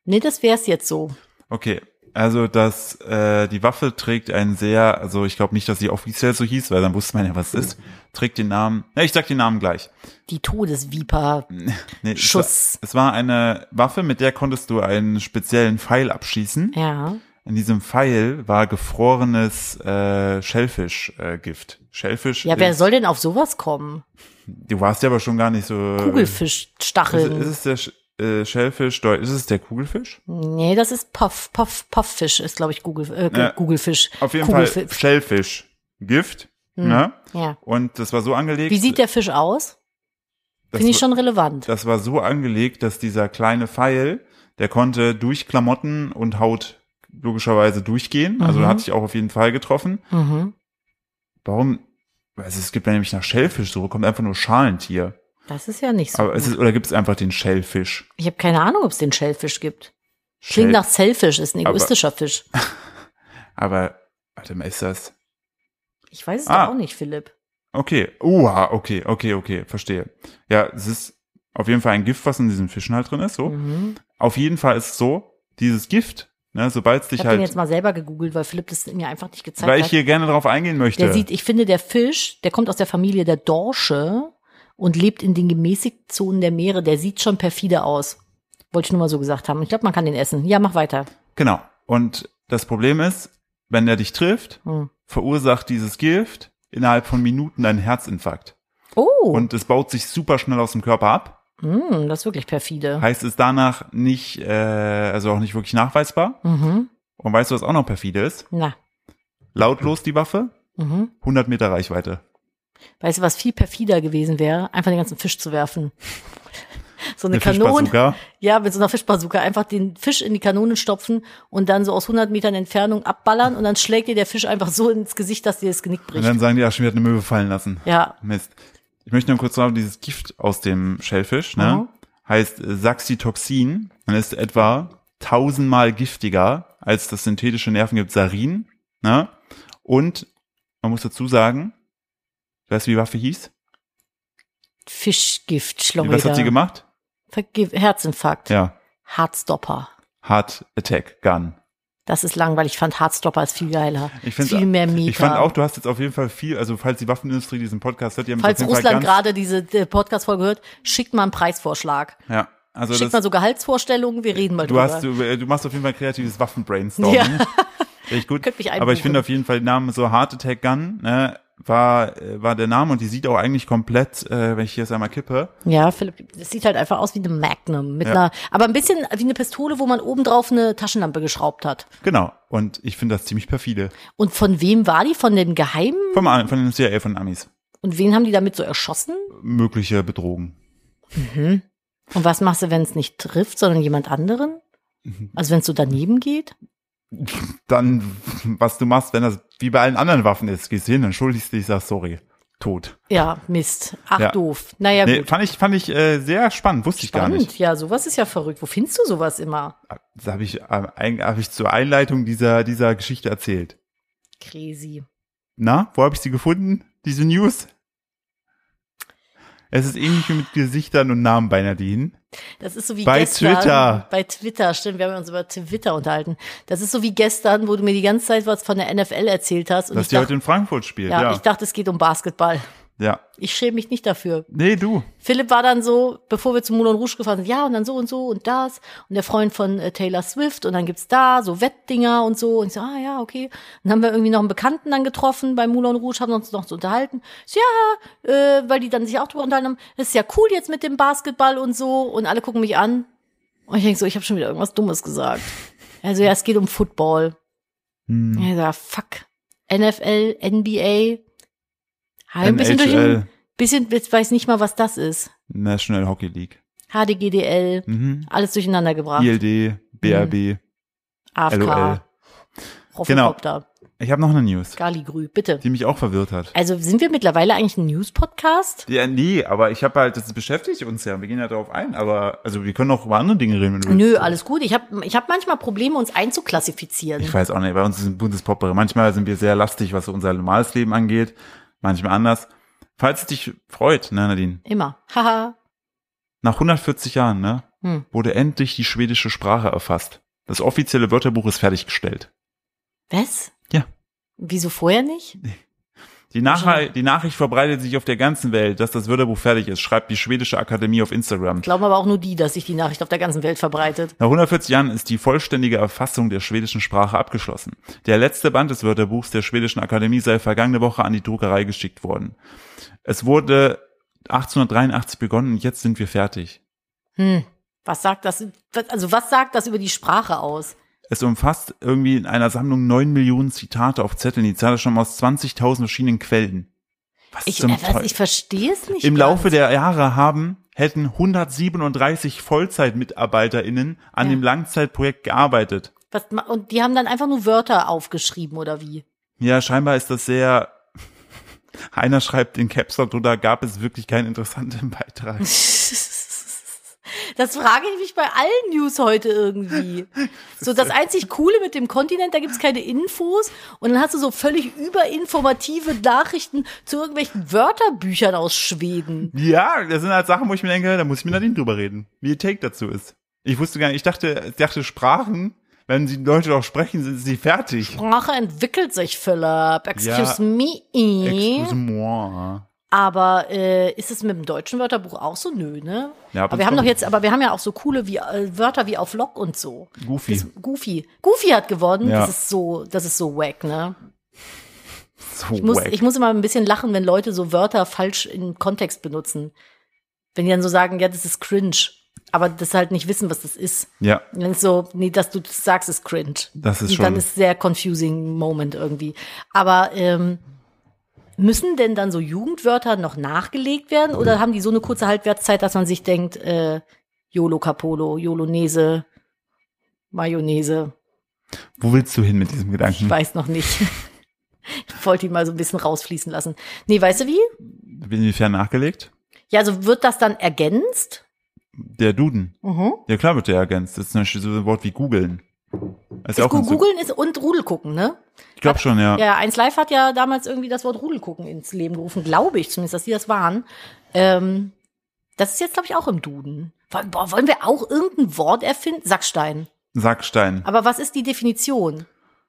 Nee, das wär's jetzt so.
Okay, also das, äh, die Waffe trägt einen sehr, also ich glaube nicht, dass sie offiziell so hieß, weil dann wusste man ja, was es ist. Trägt den Namen, ne, ich sag den Namen gleich.
Die Todesviper.
Nee, es
Schuss.
war- Es war eine Waffe, mit der konntest du einen speziellen Pfeil abschießen.
Ja.
In diesem Pfeil war gefrorenes äh, Schellfischgift. Äh, Gift. Schellfisch.
Ja, wer
ist,
soll denn auf sowas kommen?
Du warst ja aber schon gar nicht so. äh, Ist,
Kugelfischstacheln.
ist Ähm, es der Sch äh, Schellfisch? Deu- Ist es der Kugelfisch?
Nee, das ist Puff, Puff, Pufffisch ist, glaube ich, Google, äh,
Ja.
Googlefisch.
Auf jeden Fall
Kugelfisch. Hm,
Schellfisch. Gift. Ne?
Ja.
Und das war so angelegt.
Wie sieht der Fisch aus?
das
Finde ich
war-
schon relevant.
das war so angelegt, dass dieser kleine Pfeil, der konnte durch Klamotten und Haut logischerweise durchgehen. Also
Mhm.
hat sich auch auf jeden Fall getroffen.
Mhm.
Warum? Also es gibt ja nämlich nach Schellfischsuche, kommt einfach nur Schalentier.
Das ist ja nicht so.
Aber es
gut.
ist, oder gibt es einfach den Schellfisch?
ich habe keine Ahnung, ob es den Schellfisch gibt.
Schell-
Klingt nach Selfish, ist ein
Aber-
egoistischer Fisch.
Aber, warte mal, ist das?
Ich weiß es
Ah.
doch auch nicht, Philipp.
Okay, uha, okay, okay, okay, verstehe. Ja, es ist auf jeden Fall ein Gift, was in diesen Fischen halt drin ist, so.
Mhm.
Auf jeden Fall ist es so, dieses Gift, ne, sobald es
Ich
dich
habe den
halt,
jetzt mal selber gegoogelt, weil Philipp das mir einfach nicht gezeigt
weil
hat.
ich hier gerne drauf eingehen möchte.
Der sieht, ich finde, der Fisch, der kommt aus der Familie der Dorsche und lebt in den gemäßigten Zonen der Meere. Der sieht schon perfide aus. Wollte ich nur mal so gesagt haben. Ich glaube, man kann den essen. Ja, mach weiter.
Genau. Und das Problem ist, wenn er dich trifft,
Hm.
verursacht dieses Gift innerhalb von Minuten einen Herzinfarkt.
Oh,
Und es baut sich super schnell aus dem Körper ab.
mm, das ist wirklich perfide.
Heißt es danach nicht, äh, also auch nicht wirklich nachweisbar.
Mhm.
Und weißt du, was auch noch perfide ist?
Na.
Lautlos die Waffe,
Mhm.
100 Meter Reichweite.
Weißt du, was viel perfider gewesen wäre? Einfach den ganzen Fisch zu werfen. So eine, Kanone.
Fischbazooka.
Ja, mit so einer Fischbazooka. Einfach den Fisch in die Kanone stopfen und dann so aus 100 Metern Entfernung abballern und dann schlägt dir der Fisch einfach so ins Gesicht, dass dir das Genick
Und
bricht.
dann sagen die, ja, schon wieder eine Möwe fallen lassen.
ja.
Mist. Ich möchte nur kurz sagen, dieses Gift aus dem Schellfisch,
Mhm.
ne, heißt äh, Saxitoxin und ist etwa tausendmal giftiger als das synthetische Nervengift Sarin, ne? Und man muss dazu sagen, weißt du, wie die Waffe hieß?
Fischgift,
Wie- Was hat sie gemacht?
Vergib Herzinfarkt.
Ja,
Heartstopper.
Heart Attack Gun.
Das ist langweilig. Ich fand Heartstopper ist viel geiler.
Ich
ist
finde,
viel mehr Mieter.
ich fand auch, du hast jetzt auf jeden Fall viel, also falls die Waffenindustrie diesen Podcast hört, die haben jetzt
Falls
auf jeden
Russland
Fall
gerade diese äh, Podcast-Folge hört, schickt mal einen Preisvorschlag.
ganz, ja, Also
Schickt mal
das,
so Gehaltsvorstellungen, wir reden mal
du,
drüber.
hast, du, äh, du machst auf jeden Fall ein kreatives Waffenbrainstorming.
Ja.
Richtig gut.
Könnt mich
Aber ich
einbuchen.
finde auf jeden Fall den Namen so Heart Attack Gun ne, war, äh, war der Name und die sieht auch eigentlich komplett, äh, wenn ich hier jetzt einmal kippe,
ja, Philipp, das sieht halt einfach aus wie eine Magnum. Mit
Ja.
einer, aber ein bisschen wie eine Pistole, wo man obendrauf eine Taschenlampe geschraubt hat.
Genau. Und ich finde das ziemlich perfide.
Und von wem war die? Von dem Geheimen?
Vom, A- von dem CIA, von den Amis.
Und wen haben die damit so erschossen?
Mögliche Bedrohung.
Und was machst du, wenn es nicht trifft, sondern jemand anderen?
Mhm.
Also wenn es so daneben geht?
Dann, was du machst, wenn das wie bei allen anderen Waffen ist, gehst du hin, entschuldigst dich, sagst sorry. Tot.
Ja, Mist. Ach,
Ja.
doof. Naja,
Nee,
gut.
fand ich, fand ich äh, sehr spannend, wusste ich gar nicht.
Spannend. Ja, sowas ist ja verrückt. Wo findest du sowas immer?
Das habe ich, äh, ein- hab ich zur Einleitung dieser, dieser Geschichte erzählt.
Crazy.
Na, wo habe ich sie gefunden? Diese News? Es ist ähnlich wie mit Gesichtern und Namen beinahe dienen.
Das ist so wie
Bei
gestern.
Twitter.
Bei Twitter, stimmt. Wir haben uns über Twitter unterhalten. Das ist so wie gestern, wo du mir die ganze Zeit was von der NFL erzählt hast. Und
Dass
ich,
die heute
dachte,
in Frankfurt spielt,
ja,
ja.
ich dachte, es geht um Basketball.
ja.
Ich schäme mich nicht dafür.
Nee, du.
Philipp war dann so, bevor wir zum Moulin Rouge gefahren sind, ja, und dann so und so und das. Und der Freund von äh, Taylor Swift und dann gibt's da so Wettdinger und so. Und ich so, ah ja, okay. Dann haben wir irgendwie noch einen Bekannten dann getroffen beim Moulin Rouge, haben uns noch so unterhalten. Ich so, ja, äh, weil die dann sich auch drüber unterhalten haben, das ist ja cool jetzt mit dem Basketball und so. Und alle gucken mich an. Und ich denk so, ich habe schon wieder irgendwas Dummes gesagt. Also ja, es geht um Football.
Hm.
Ja, da, fuck. NFL, NBA. Hab Halt Ein bisschen durch den,
NHL,
bisschen, jetzt weiß nicht mal, was das ist.
National Hockey League.
HDGDL,
Mhm.
alles durcheinander gebracht.
ILD,
Mhm.
BRB,
AFK,
LOL. Genau.
Hoffenkopter,
Ich habe noch eine News,
Galigrü, bitte.
die mich auch verwirrt hat.
Also sind wir mittlerweile eigentlich ein News-Podcast?
Ja, nee, aber ich habe halt, das beschäftigt uns ja, wir gehen ja darauf ein, aber also wir können auch über andere Dinge reden. Wenn du
Nö,
willst.
alles gut. Ich habe ich hab manchmal Probleme, uns einzuklassifizieren.
Ich weiß auch nicht, bei uns ist ein buntes Potpourri. Manchmal sind wir sehr lastig, was so unser normales Leben angeht, manchmal anders. Falls es dich freut, ne, Nadine,
Immer. Haha.
nach 140 Jahren, ne,
Hm.
wurde endlich die schwedische Sprache erfasst. Das offizielle Wörterbuch ist fertiggestellt.
Was?
Ja.
Wieso vorher nicht?
Die, Nach die Nachricht verbreitet sich auf der ganzen Welt, dass das Wörterbuch fertig ist, schreibt die Schwedische Akademie auf Instagram.
Glauben aber auch nur die, dass sich die Nachricht auf der ganzen Welt verbreitet.
Nach 140 Jahren ist die vollständige Erfassung der schwedischen Sprache abgeschlossen. Der letzte Band des Wörterbuchs der Schwedischen Akademie sei vergangene Woche an die Druckerei geschickt worden. Es wurde 1883 begonnen und jetzt sind wir fertig.
Hm. Was sagt das? Also was sagt das über die Sprache aus?
Es umfasst irgendwie in einer Sammlung neun Millionen Zitate auf Zetteln. Die Zahl ist schon mal aus 20.000 verschiedenen Quellen. Was
Ich,
zum
äh, was,
Teufel?
ich verstehe es nicht.
Im
ganz.
Laufe der Jahre haben hätten 137 VollzeitmitarbeiterInnen an
Ja.
dem Langzeitprojekt gearbeitet.
was, ma- und die haben dann einfach nur Wörter aufgeschrieben oder wie?
Ja, scheinbar ist das sehr. Einer schreibt in Caps Lock drunter, gab es wirklich keinen interessanten Beitrag.
Das frage ich mich bei allen News heute irgendwie. So, das einzig Coole mit dem Kontinent, da gibt's keine Infos und dann hast du so völlig überinformative Nachrichten zu irgendwelchen Wörterbüchern aus Schweden.
Ja, das sind halt Sachen, wo ich mir denke, da muss ich mit Nadine drüber reden, wie ihr Take dazu ist. Ich wusste gar nicht, ich dachte, ich dachte Sprachen, wenn die Leute doch sprechen, sind sie fertig.
Sprache entwickelt sich, Philipp. Excuse me.
Excuse-moi.
Aber äh, ist es mit dem deutschen Wörterbuch auch so? Nö, ne?
Ja, ab
aber
und
wir haben
zu.
doch jetzt, aber wir haben ja auch so coole wie, äh, Wörter wie auf Lock und so.
Goofy.
Das, Goofy. Goofy hat gewonnen.
Ja.
Das ist so, das ist so wack, ne?
So
Ich muss,
wack.
ich muss immer ein bisschen lachen, wenn Leute so Wörter falsch im Kontext benutzen. Wenn die dann so sagen, ja, das ist cringe, aber das halt nicht wissen, was das ist.
ja,
Und Dann ist so, nee, dass du das sagst, ist cringe.
Das ist
Und dann
schon-
ist sehr confusing Moment irgendwie. Aber ähm, müssen denn dann so Jugendwörter noch nachgelegt werden oder haben die so eine kurze Haltwertszeit, dass man sich denkt, äh, Yolo Capolo, Yolonese, Mayonnaise,
wo willst du hin mit diesem Gedanken?
ich weiß noch nicht. Ich wollte ihn mal so ein bisschen rausfließen lassen. Nee, weißt du wie?
Inwiefern nachgelegt?
Ja, also wird das dann ergänzt?
Der Duden.
Mhm.
Ja, klar wird der ergänzt. Das ist zum Beispiel so ein Wort wie googeln. Das Ist
Ist
auch ganz so-
Googeln ist und Rudel gucken, ne?
Ich glaube schon, ja.
Ja, 1 Live hat ja damals irgendwie das Wort Rudel gucken ins Leben gerufen, glaube ich zumindest, dass die das waren. Ähm, das ist jetzt, glaube ich, auch im Duden. Woll- Boah, wollen wir auch irgendein Wort erfinden? Sackstein.
Sackstein.
Aber was ist die Definition?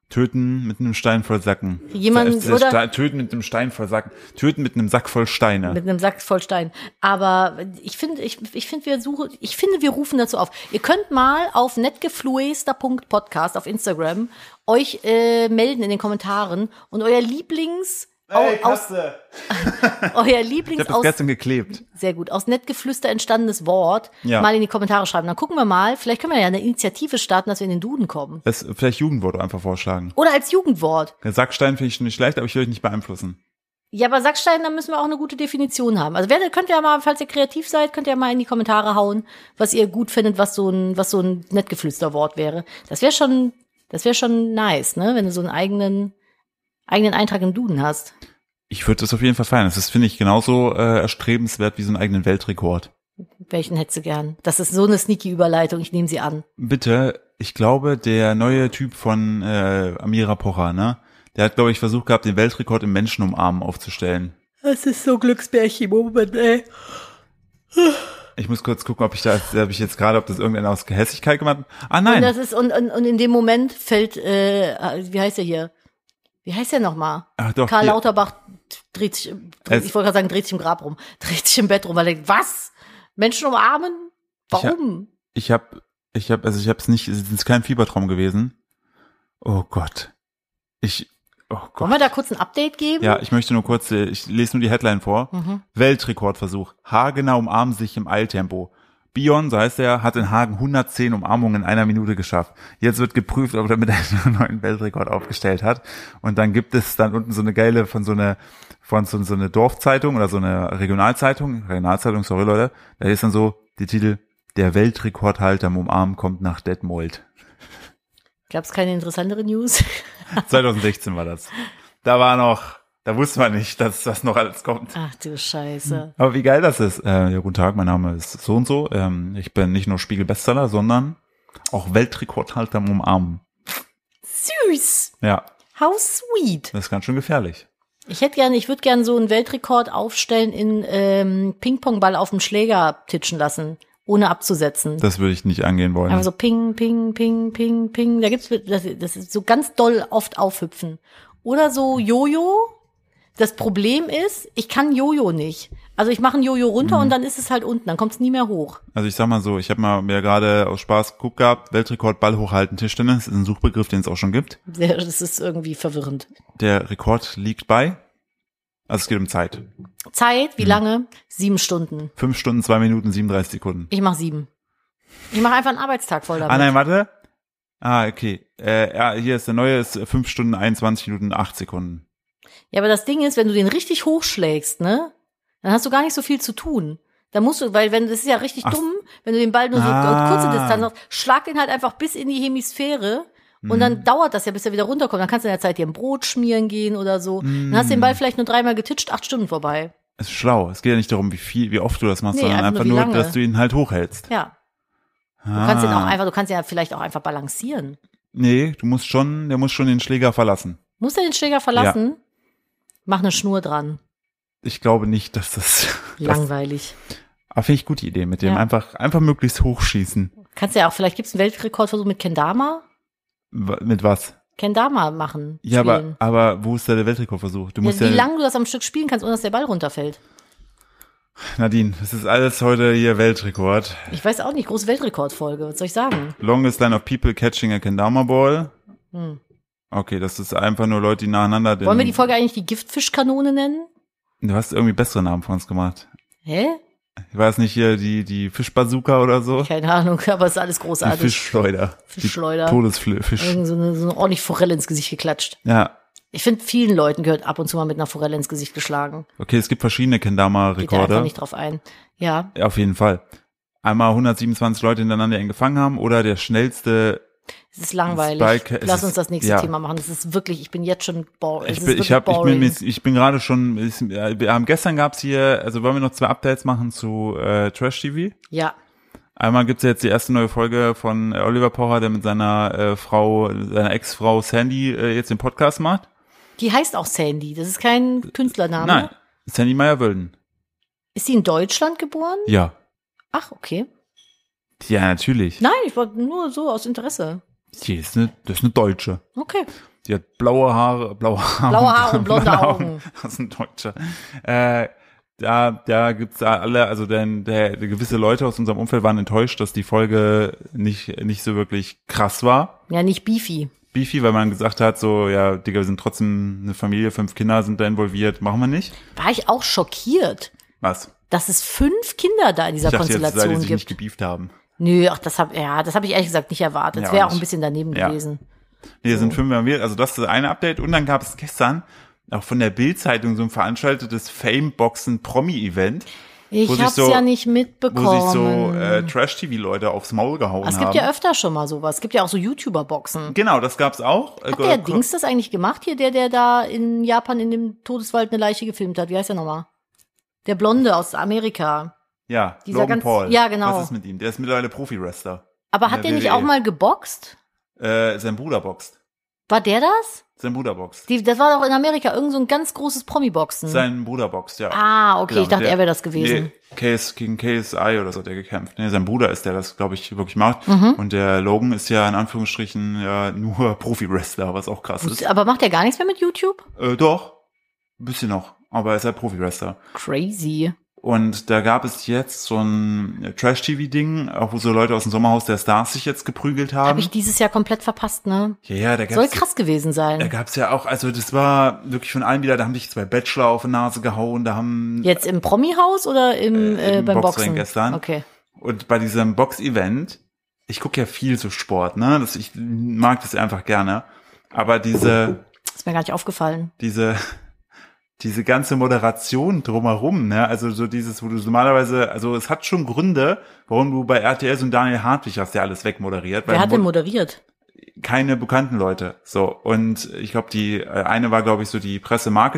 Töten mit einem Stein voll Sacken.
Jemanden,
Äh, äh,
oder?
Ste- Töten mit einem Stein voll Sacken. Töten mit einem Sack voll Steine.
Mit einem Sack voll Stein. Aber ich finde, ich, ich finde, wir suchen, ich finde, wir rufen dazu auf. Ihr könnt mal auf netgefluester.podcast auf Instagram euch äh, melden in den Kommentaren und euer Lieblings au- aus, euer
ich
Lieblings
habe das
aus,
gestern geklebt.
sehr gut, aus Nettgeflüster entstandenes Wort
Ja.
mal in die Kommentare schreiben. Dann gucken wir mal, vielleicht können wir ja eine Initiative starten, dass wir in den Duden kommen.
Das, vielleicht Jugendwort einfach vorschlagen.
Oder als Jugendwort.
Der Sackstein finde ich nicht schlecht, aber ich will euch nicht beeinflussen.
Ja, aber Sackstein, da müssen wir auch eine gute Definition haben. Also wer, könnt ihr ja mal, falls ihr kreativ seid, könnt ihr ja mal in die Kommentare hauen, was ihr gut findet, was so ein, was so ein Nettgeflüsterwort wäre. Das wäre schon, das wäre schon nice, ne? Wenn du so einen eigenen, eigenen Eintrag im Duden hast.
Ich würde das auf jeden Fall feiern. Das ist, finde ich, genauso äh, erstrebenswert wie so einen eigenen Weltrekord.
Welchen hättest du gern? Das ist so eine sneaky Überleitung, ich nehme sie an.
Bitte, ich glaube, der neue Typ von äh, Amira Pocher, ne? Der hat, glaube ich, versucht gehabt, den Weltrekord im Menschenumarmen aufzustellen.
Das ist so Glücksbärchen, Moment, ey.
Ich muss kurz gucken, ob ich da, ob ich jetzt gerade, ob das irgendeiner aus Gehässigkeit gemacht hat. Ah, nein.
Und das ist, und, und, und in dem Moment fällt, äh, wie heißt er hier? Wie heißt er nochmal?
Ach, doch,
Karl
hier.
Lauterbach dreht sich, dreht,
Es-
ich wollte gerade sagen, dreht sich im Grab rum, dreht sich im Bett rum, weil er denkt, was? Menschen umarmen? Warum?
Ich habe, ich habe, also ich habe es nicht, es ist kein Fiebertraum gewesen. Oh Gott. Ich, oh
Wollen
Gott.
wir da kurz ein Update geben?
Ja, ich möchte nur kurz, äh, ich lese nur die Headline vor.
Mhm.
Weltrekordversuch. Hagener umarmen sich im Eiltempo. Bion, so heißt er, hat in Hagen 110 Umarmungen in einer Minute geschafft. Jetzt wird geprüft, ob er mit einem neuen Weltrekord aufgestellt hat. Und dann gibt es dann unten so eine geile von so einer von so, so eine Dorfzeitung oder so eine Regionalzeitung, Regionalzeitung, sorry Leute, da ist dann so die Titel Der Weltrekordhalter im Umarmen kommt nach Detmold.
Gab es keine interessantere News?
2016 war das. Da war noch, da wusste man nicht, dass das noch alles kommt.
Ach du Scheiße.
Aber wie geil das ist. Äh, ja, guten Tag, mein Name ist so und so. Ähm, ich bin nicht nur Spiegel-Bestseller, sondern auch Weltrekordhalter im Umarmen.
Süß!
Ja,
How sweet!
das ist ganz schön gefährlich.
Ich hätte gerne, ich würde gerne so einen Weltrekord aufstellen in ähm, Ping-Pong-Ball auf dem Schläger titschen lassen, ohne abzusetzen.
Das würde ich nicht angehen wollen.
Einfach so ping, ping, ping, ping, ping. Da gibt's das, das ist so ganz doll oft aufhüpfen. Oder so Jojo. Das Problem ist, ich kann Jojo nicht. Also ich mache ein Jojo
Mhm.
runter und dann ist es halt unten, dann kommt es nie mehr hoch.
also ich sag mal so, ich habe mal mir gerade aus Spaß geguckt gehabt, Weltrekord Ball hochhalten, Tischtennis ist ein Suchbegriff, den es auch schon gibt.
Sehr- Das ist irgendwie verwirrend.
Der Rekord liegt bei, also es geht um Zeit.
Zeit, wie
Mhm.
lange? Sieben Stunden.
Fünf Stunden, zwei Minuten, 37 Sekunden.
Ich mache sieben. Ich mache einfach einen Arbeitstag voll damit.
Ah nein, warte. Ah, okay. Äh, ja, hier ist der neue, ist fünf Stunden, 21 Minuten, acht Sekunden.
Ja, aber das Ding ist, wenn du den richtig hochschlägst, ne, dann hast du gar nicht so viel zu tun. Da musst du, weil wenn das ist ja richtig
Ach.
dumm, wenn du den Ball nur so äh,
Ah.
kurze Distanz hast, schlag den halt einfach bis in die Hemisphäre
Mhm.
und dann dauert das ja, bis er wieder runterkommt. Dann kannst du in der Zeit dir ein Brot schmieren gehen oder so. Dann hast du den Ball vielleicht nur dreimal getitscht, acht Stunden vorbei.
Es ist schlau. Es geht ja nicht darum, wie viel, wie oft du das machst,
Nee,
sondern
einfach
einfach
nur,
nur,
wie lange.
dass du ihn halt hochhältst. Ah.
Ja. Du kannst den auch einfach, du kannst ihn ja vielleicht auch einfach balancieren.
Nee, du musst schon, der muss schon den Schläger verlassen.
Muss er den Schläger verlassen? Mach eine Schnur dran.
Ich glaube nicht, dass das. das
Langweilig.
aber finde ich gute Idee mit dem.
Ja.
Einfach, einfach möglichst hochschießen.
Kannst ja auch, vielleicht gibt's einen Weltrekordversuch mit Kendama?
W- Mit was?
Kendama machen.
Ja,
spielen.
aber, aber wo ist da der Weltrekordversuch? Du musst
Ja,
ja,
wie lange du das am Stück spielen kannst, ohne dass der Ball runterfällt.
Nadine, das ist alles heute hier Weltrekord.
Ich weiß auch nicht, große Weltrekordfolge, was soll ich sagen?
Longest line of people catching a kendama ball.
Hm.
Okay, das ist einfach nur Leute, die nacheinander den,
Wollen wir die Folge eigentlich die Giftfischkanone nennen?
Du hast irgendwie bessere Namen von uns gemacht.
Hä?
War es nicht hier die, die Fischbazooka oder so?
Keine Ahnung, aber ist alles
Die
großartig.
Fischschleuder.
Fischschleuder.
Die Todesfisch.
Irgend so eine, so eine ordentlich Forelle ins Gesicht geklatscht.
Ja.
Ich finde, vielen Leuten gehört ab und zu mal mit einer Forelle ins Gesicht geschlagen.
Okay, es gibt verschiedene
Geht da einfach
Kendama-Rekorde.
nicht drauf ein. Ja.
Ja, Auf jeden Fall. Einmal 127 Leute hintereinander die ihn gefangen haben oder der schnellste.
Es ist langweilig.
Spike- es
Lass
ist-
uns das nächste
ja.
Thema machen. Das ist wirklich, ich bin jetzt schon boring.
Ich bin, ich, hab, ich, bin, mis- ich bin gerade schon. Ich, wir haben gestern gab's hier. Also wollen wir noch zwei Updates machen zu äh, Trash TV.
ja.
Einmal gibt's ja jetzt die erste neue Folge von äh, Oliver Pocher, der mit seiner äh, Frau, seiner Ex-Frau Sandy äh, jetzt den Podcast macht.
Die heißt auch Sandy. Das ist kein Künstlername.
Nein, Sandy Meyer-Wölden.
Ist sie in Deutschland geboren?
Ja.
Ach, okay.
Ja, natürlich.
Nein, ich war nur so aus Interesse.
Die ist eine, das ist eine Deutsche.
Okay.
Die hat blaue Haare, blaue Haare.
Blaue Haare und blonde Augen.
Das ist ein Deutscher. Äh, da, da gibt's da alle, also denn der, der gewisse Leute aus unserem Umfeld waren enttäuscht, dass die Folge nicht, nicht so wirklich krass war.
Ja, nicht beefy.
Beefy, weil man gesagt hat, so, ja, Digga, wir sind trotzdem eine Familie, fünf Kinder sind da involviert, machen wir nicht.
War ich auch schockiert,
Was?
dass es fünf Kinder da in dieser
Ich dachte jetzt,
Konstellation
weil die sich nicht
gibt.
gebieft haben.
Nö, ach, das habe ja, das habe ich ehrlich gesagt nicht erwartet.
Ja,
Das
auch
wäre auch
nicht.
ein bisschen daneben
Ja.
gewesen.
Nee, es sind fünf involviert. Also das ist das eine Update. Und dann gab es gestern auch von der Bild-Zeitung so ein veranstaltetes Fame-Boxen-Promi-Event,
Ich
Wo sich
hab's
so-
ja nicht
wo
mitbekommen.
sich so äh, Trash-TV-Leute aufs Maul gehauen
es
haben.
gibt ja öfter schon mal sowas. Es gibt ja auch so YouTuber-Boxen.
Genau, das gab's auch.
Hat der Dings das eigentlich gemacht hier, der, der da in Japan in dem Todeswald eine Leiche gefilmt hat? Wie heißt der nochmal? Der Blonde aus Amerika.
Ja,
Dieser
Logan
ganz-
Paul.
ja, genau.
Was ist mit ihm? Der ist mittlerweile Profi-Wrestler.
Aber
In
hat
der
der nicht
WWE.
auch mal geboxt?
Äh, sein Bruder boxt.
War der das?
Sein Bruder boxt.
Die, das war doch in Amerika irgend so ein ganz großes Promi-Boxen.
Sein Bruder boxt, ja.
ah, okay,
Genau,
ich dachte,
der-
er wäre das gewesen.
Nee, Case gegen KSI oder so hat er gekämpft. Nee, sein Bruder ist der, das glaube ich wirklich macht.
Mhm.
Und der Logan ist ja in Anführungsstrichen ja nur Profi-Wrestler, was auch krass ist.
Aber macht er gar nichts mehr mit YouTube?
Äh, doch, ein bisschen noch. Aber er ist halt Profi-Wrestler.
Crazy.
Und da gab es jetzt so ein Trash-TV-Ding, auch wo so Leute aus dem Sommerhaus der Stars sich jetzt geprügelt
Habe
haben.
ich dieses Jahr komplett verpasst, ne?
ja, ja, da
Soll
gab's
krass gewesen
Da
sein.
gab's ja auch, also das war wirklich von allen wieder, da haben sich zwei Bachelor auf die Nase gehauen, da haben
Jetzt im Promi-Haus oder im,
äh,
äh,
im
beim
Boxring
Boxen?
gestern.
Okay.
und bei diesem Box-Event, ich gucke ja viel zu Sport, ne? Das, ich mag das einfach gerne. Aber diese,
Ist mir gar nicht aufgefallen.
diese, diese ganze Moderation drumherum, ne? Also so dieses, wo du normalerweise, also es hat schon Gründe, warum du bei RTL so einen Daniel Hartwig hast, der alles wegmoderiert. weil
Wer hat
Mod-
denn moderiert?
keine bekannten Leute. So und ich glaube, die äh, eine war glaube ich so die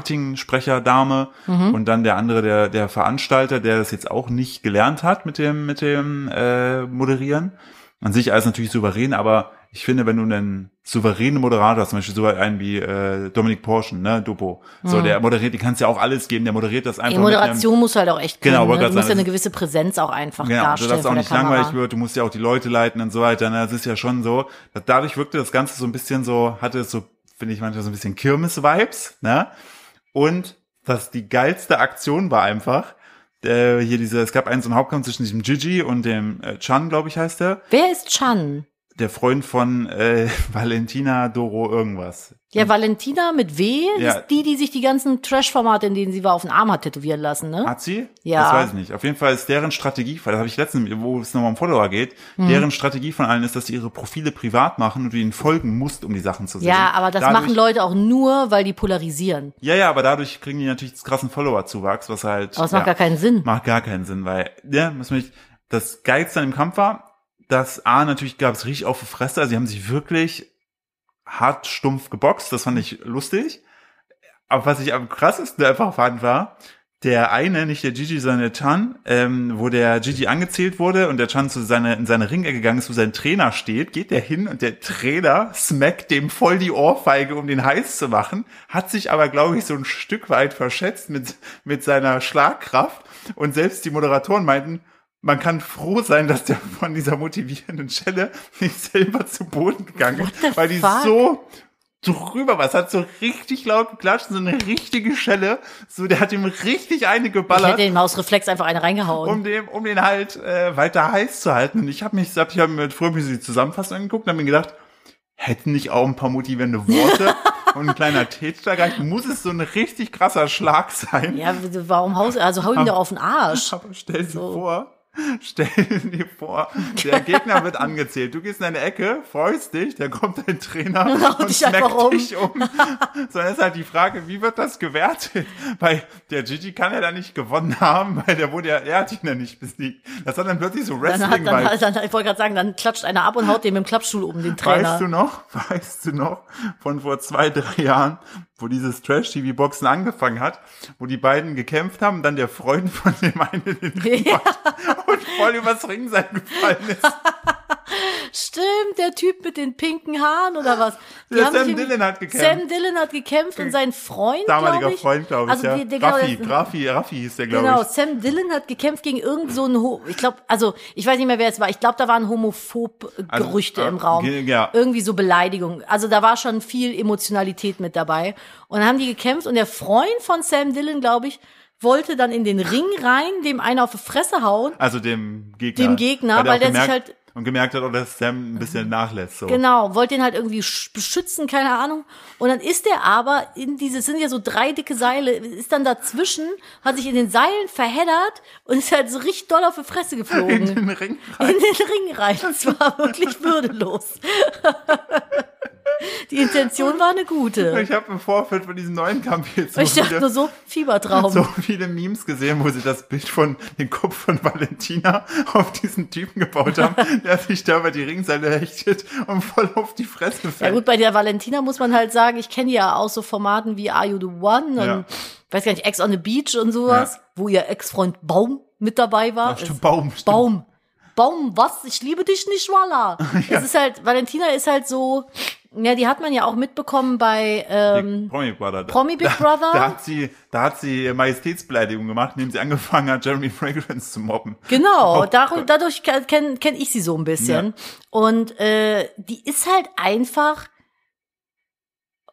Pressemarketing-Sprecherdame
Mhm.
und dann der andere der der Veranstalter, der das jetzt auch nicht gelernt hat mit dem mit dem äh, Moderieren. An sich alles natürlich souverän, aber ich finde, wenn du einen souveränen Moderator hast, zum Beispiel so einen wie äh, Dominik Porschen, ne, Dopo, so der moderiert, die kannst ja auch alles geben, der moderiert das einfach.
Mhm. Die
mit einem-
Moderation muss halt auch echt
Genau,
können,
wollte
ne?
grad
Du musst
sagen,
ja eine
das-
gewisse Präsenz auch einfach
Genau, so
darstellen
dass es auch
vor der
nicht
Kamera.
langweilig wird, du musst ja auch die Leute leiten und so weiter. Ne? Das ist ja schon so. Dadurch wirkte das Ganze so ein bisschen so, hatte es so, finde ich manchmal so ein bisschen Kirmes-Vibes, ne? Und das die geilste Aktion war einfach, äh, hier diese, es gab einen so einen Hauptkampf zwischen diesem Gigi und dem äh, Chan, glaube ich, heißt der.
Wer ist Chan?
Der Freund von äh, Valentina Doro irgendwas.
Ja, Valentina mit W
Hm. Ja.
ist die, die sich die ganzen Trash-Formate, in denen sie war, auf den Arm hat tätowieren lassen, ne?
Hat sie?
Ja.
Das weiß ich nicht. Auf jeden Fall ist deren Strategie, weil das habe ich letztens, wo es nochmal um Follower geht,
Hm.
deren Strategie von allen ist, dass sie ihre Profile privat machen und du ihnen folgen musst, um die Sachen zu sehen.
Ja, aber das
dadurch,
machen Leute auch nur, weil die polarisieren.
Ja, ja, aber dadurch kriegen die natürlich einen krassen Follower-Zuwachs, was halt.
Aber es macht
ja,
gar keinen Sinn.
Macht gar keinen Sinn, weil, ja, muss mich, das Geilste an dem Kampf war, dass A, natürlich gab es richtig auf die Fresse, also sie haben sich wirklich hart stumpf geboxt, das fand ich lustig. Aber was ich am krassesten einfach fand, war, der eine, nicht der Gigi, sondern der Chan, ähm, wo der Gigi angezählt wurde und der Chan zu seine, in seine Ringe gegangen ist, wo sein Trainer steht, geht der hin und der Trainer smackt dem voll die Ohrfeige, um den heiß zu machen, hat sich aber, glaube ich, so ein Stück weit verschätzt mit, mit seiner Schlagkraft und selbst die Moderatoren meinten, man kann froh sein, dass der von dieser motivierenden Schelle nicht selber zu Boden gegangen
What
ist,
the
weil die
fuck?
so drüber was hat so richtig laut geklatscht, so eine richtige Schelle, so der hat ihm richtig eine
Ich hätte
geballert,
den Mausreflex einfach eine reingehauen.
um dem um den halt äh, weiter heiß zu halten und ich habe mich hab, ich habe mir früher die Zusammenfassung angeguckt und habe mir gedacht, hätten nicht auch ein paar motivierende Worte und ein kleiner Täter gereicht, muss es so ein richtig krasser Schlag sein.
ja, warum haus, also hau ihm doch auf den Arsch.
Aber stell dir vor, stell dir vor, der Gegner wird angezählt. Du gehst in eine Ecke, freust dich, dann kommt dein Trainer
haut
und
dich
smackt
einfach um.
dich um. Sondern ist halt die Frage, wie wird das gewertet? Weil der Gigi kann ja da nicht gewonnen haben, weil der wurde ja, er hat ihn ja nicht besiegt. Das hat dann plötzlich so
Dann halt hat,
wrestling
dann,
weil
hat- dann, ich wollte gerade sagen, dann klatscht einer ab und haut dem im Klappstuhl um den Trainer.
Weißt du noch, weißt du noch, von vor zwei, drei Jahren, wo dieses Trash-TV-Boxen angefangen hat, wo die beiden gekämpft haben, dann der Freund von dem einen den
Ja.
und voll übers Ringseil gefallen ist.
Stimmt, der Typ mit den pinken Haaren oder was? Die
Ja,
haben
Sam
sich im-
Dillon hat gekämpft.
Sam Dillon hat gekämpft und sein Freund,
Damaliger
glaub ich,
Freund, glaube ich,
also
ja.
die- der-
Raffi,
genau,
Raffi, Raffi hieß der, glaube
Genau,
ich.
Sam Dillon hat gekämpft gegen irgend so einen, Ho ich glaube, also ich weiß nicht mehr, wer es war. Ich glaube, da waren homophob
Also,
Gerüchte
äh,
im Raum.
ge- ja.
Irgendwie so Beleidigungen. Also da war schon viel Emotionalität mit dabei. Und dann haben die gekämpft und der Freund von Sam Dillon, glaube ich, wollte dann in den Ring rein, dem einen auf die Fresse hauen.
Also dem Gegner.
Dem Gegner,
er
weil
auch
der sich
gemerkt-
halt- Mhm.
Und gemerkt hat, oh, dass Sam ein bisschen nachlässt. So.
Genau, wollte ihn halt irgendwie sch- beschützen, keine Ahnung. Und dann ist er aber in dieses, sind ja so drei dicke Seile, ist dann dazwischen, hat sich in den Seilen verheddert und ist halt so richtig doll auf die Fresse
In
geflogen.
den Ring rein.
in den Ring rein. Das war wirklich würdelos. Die Intention war eine gute.
Ich habe im Vorfeld von diesem neuen Kampf jetzt so,
Und ich dachte
viele-
nur so, Fiebertraum.
so viele Memes gesehen, wo sie das Bild von den Kopf von Valentina auf diesen Typen gebaut haben, der sich da über die Ringseile hechtet und voll auf die Fresse
Ja
fällt.
gut, bei der Valentina muss man halt sagen, ich kenne die ja aus so Formaten wie Are You The One und
Ja.
weiß gar nicht, Ex on the Beach und sowas,
Ja.
wo ihr Ex-Freund Baum mit dabei war.
Ach, stimmt,
Es-
Baum, stimmt.
Baum. Baum, was? Ich liebe dich nicht, Walla. Es ist halt, Valentina ist halt so, ja, die hat man ja auch mitbekommen bei, ähm,
Promi Brother.
Promi Big
da,
Brother?
Da hat sie, da hat sie Majestätsbeleidigung gemacht, indem sie angefangen hat, Jeremy Fragrance zu mobben.
Genau,
Oh
dadurch,
Gott.
dadurch kenne kenn, kenn ich sie so ein bisschen. Und äh, die ist halt einfach,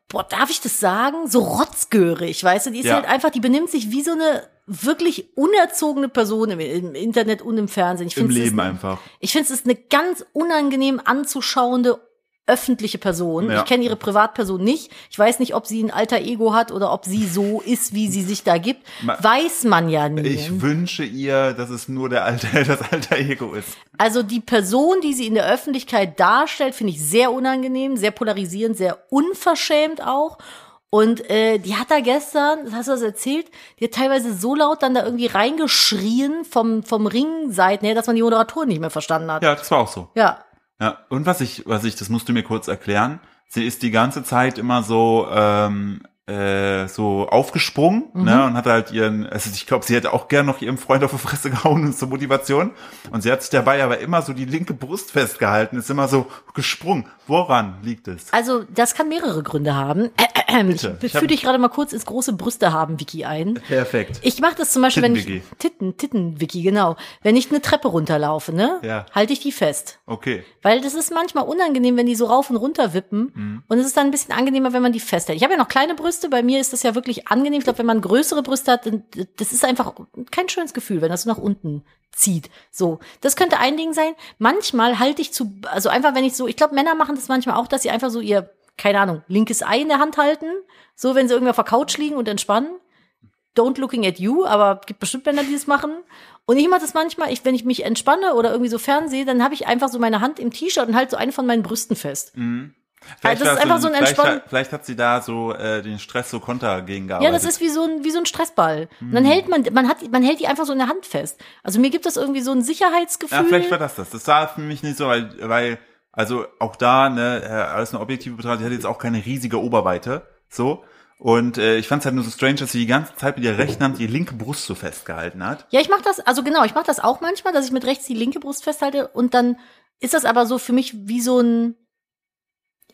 boah, darf ich das sagen? So rotzgörig, weißt du? Die ist
Ja.
halt einfach, die benimmt sich wie so eine wirklich unerzogene Person im, im Internet und im Fernsehen. Ich
Im
find's-
Leben
es,
einfach.
Ich finde es ist eine ganz unangenehm anzuschauende öffentliche Person.
Ja.
Ich kenne ihre Privatperson nicht. Ich weiß nicht, ob sie ein alter Ego hat oder ob sie so ist, wie sie sich da gibt.
Ma-
weiß man ja nie.
Ich wünsche ihr, dass es nur der alte, das alter Ego ist.
Also die Person, die sie in der Öffentlichkeit darstellt, finde ich sehr unangenehm, sehr polarisierend, sehr unverschämt auch. Und äh, die hat da gestern, hast du das erzählt, die hat teilweise so laut dann da irgendwie reingeschrien vom, vom Ringseiten her, dass man die Moderatorin nicht mehr verstanden hat. Ja.
Ja, das war auch so. Ja, und was ich, was ich, das musst du mir kurz erklären. Sie ist die ganze Zeit immer so, ähm, äh, so aufgesprungen,
Mhm.
ne, und hat halt ihren, also ich glaube, sie hätte auch gern noch ihrem Freund auf die Fresse gehauen zur Motivation. Und sie hat sich dabei aber immer so die linke Brust festgehalten, ist immer so gesprungen. Woran liegt es?
Also das kann mehrere Gründe haben. Äh,
Bitte,
Ich
ich hab-
führe dich gerade mal kurz ins große Brüste haben, Wiki ein.
Perfekt.
Ich mache das zum Beispiel, wenn ich
Titten-Wiki.
Titten, Titten, Wiki, genau. Wenn ich eine Treppe runterlaufe, ne,
Ja.
halte ich die fest.
Okay.
Weil das ist manchmal unangenehm, wenn die so rauf und runter wippen. Und es ist dann ein bisschen angenehmer, wenn man die festhält. Ich habe ja noch kleine Brüste. Bei mir ist das ja wirklich angenehm. Ich glaube, wenn man größere Brüste hat, dann, das ist einfach kein schönes Gefühl, wenn das so nach unten zieht. So, das könnte ein Ding sein. Manchmal halte ich zu, also einfach, wenn ich so, ich glaube, Männer machen das manchmal auch, dass sie einfach so ihr, keine Ahnung, linkes Ei in der Hand halten. So, wenn sie irgendwie auf der Couch liegen und entspannen. Don't Looking at You, aber gibt bestimmt Männer, die das machen. Und ich mache das manchmal, ich, wenn ich mich entspanne oder irgendwie so fernsehe, dann habe ich einfach so meine Hand im T-Shirt und halt so eine von meinen Brüsten fest.
Mhm. Vielleicht
das Also ist
war es
einfach so ein
vielleicht,
Entspann-
hat- vielleicht hat sie da so äh, den Stress so konter gegen
Ja, das ist wie so ein, wie so ein Stressball. Und
Mhm.
dann hält man, man hat, man hält die einfach so in der Hand fest. Also mir gibt das irgendwie so ein Sicherheitsgefühl.
Ja, vielleicht war das das. Das war für mich nicht so, weil, weil also auch da, ne, äh, alles eine objektive Betrachtung, die hatte jetzt auch keine riesige Oberweite, so. Und äh, ich fand es halt nur so strange, dass sie die ganze Zeit mit ihrer rechten Hand die linke Brust so festgehalten hat.
Ja, ich mache das, also genau, ich mache das auch manchmal, dass ich mit rechts die linke Brust festhalte und dann ist das aber so für mich wie so ein,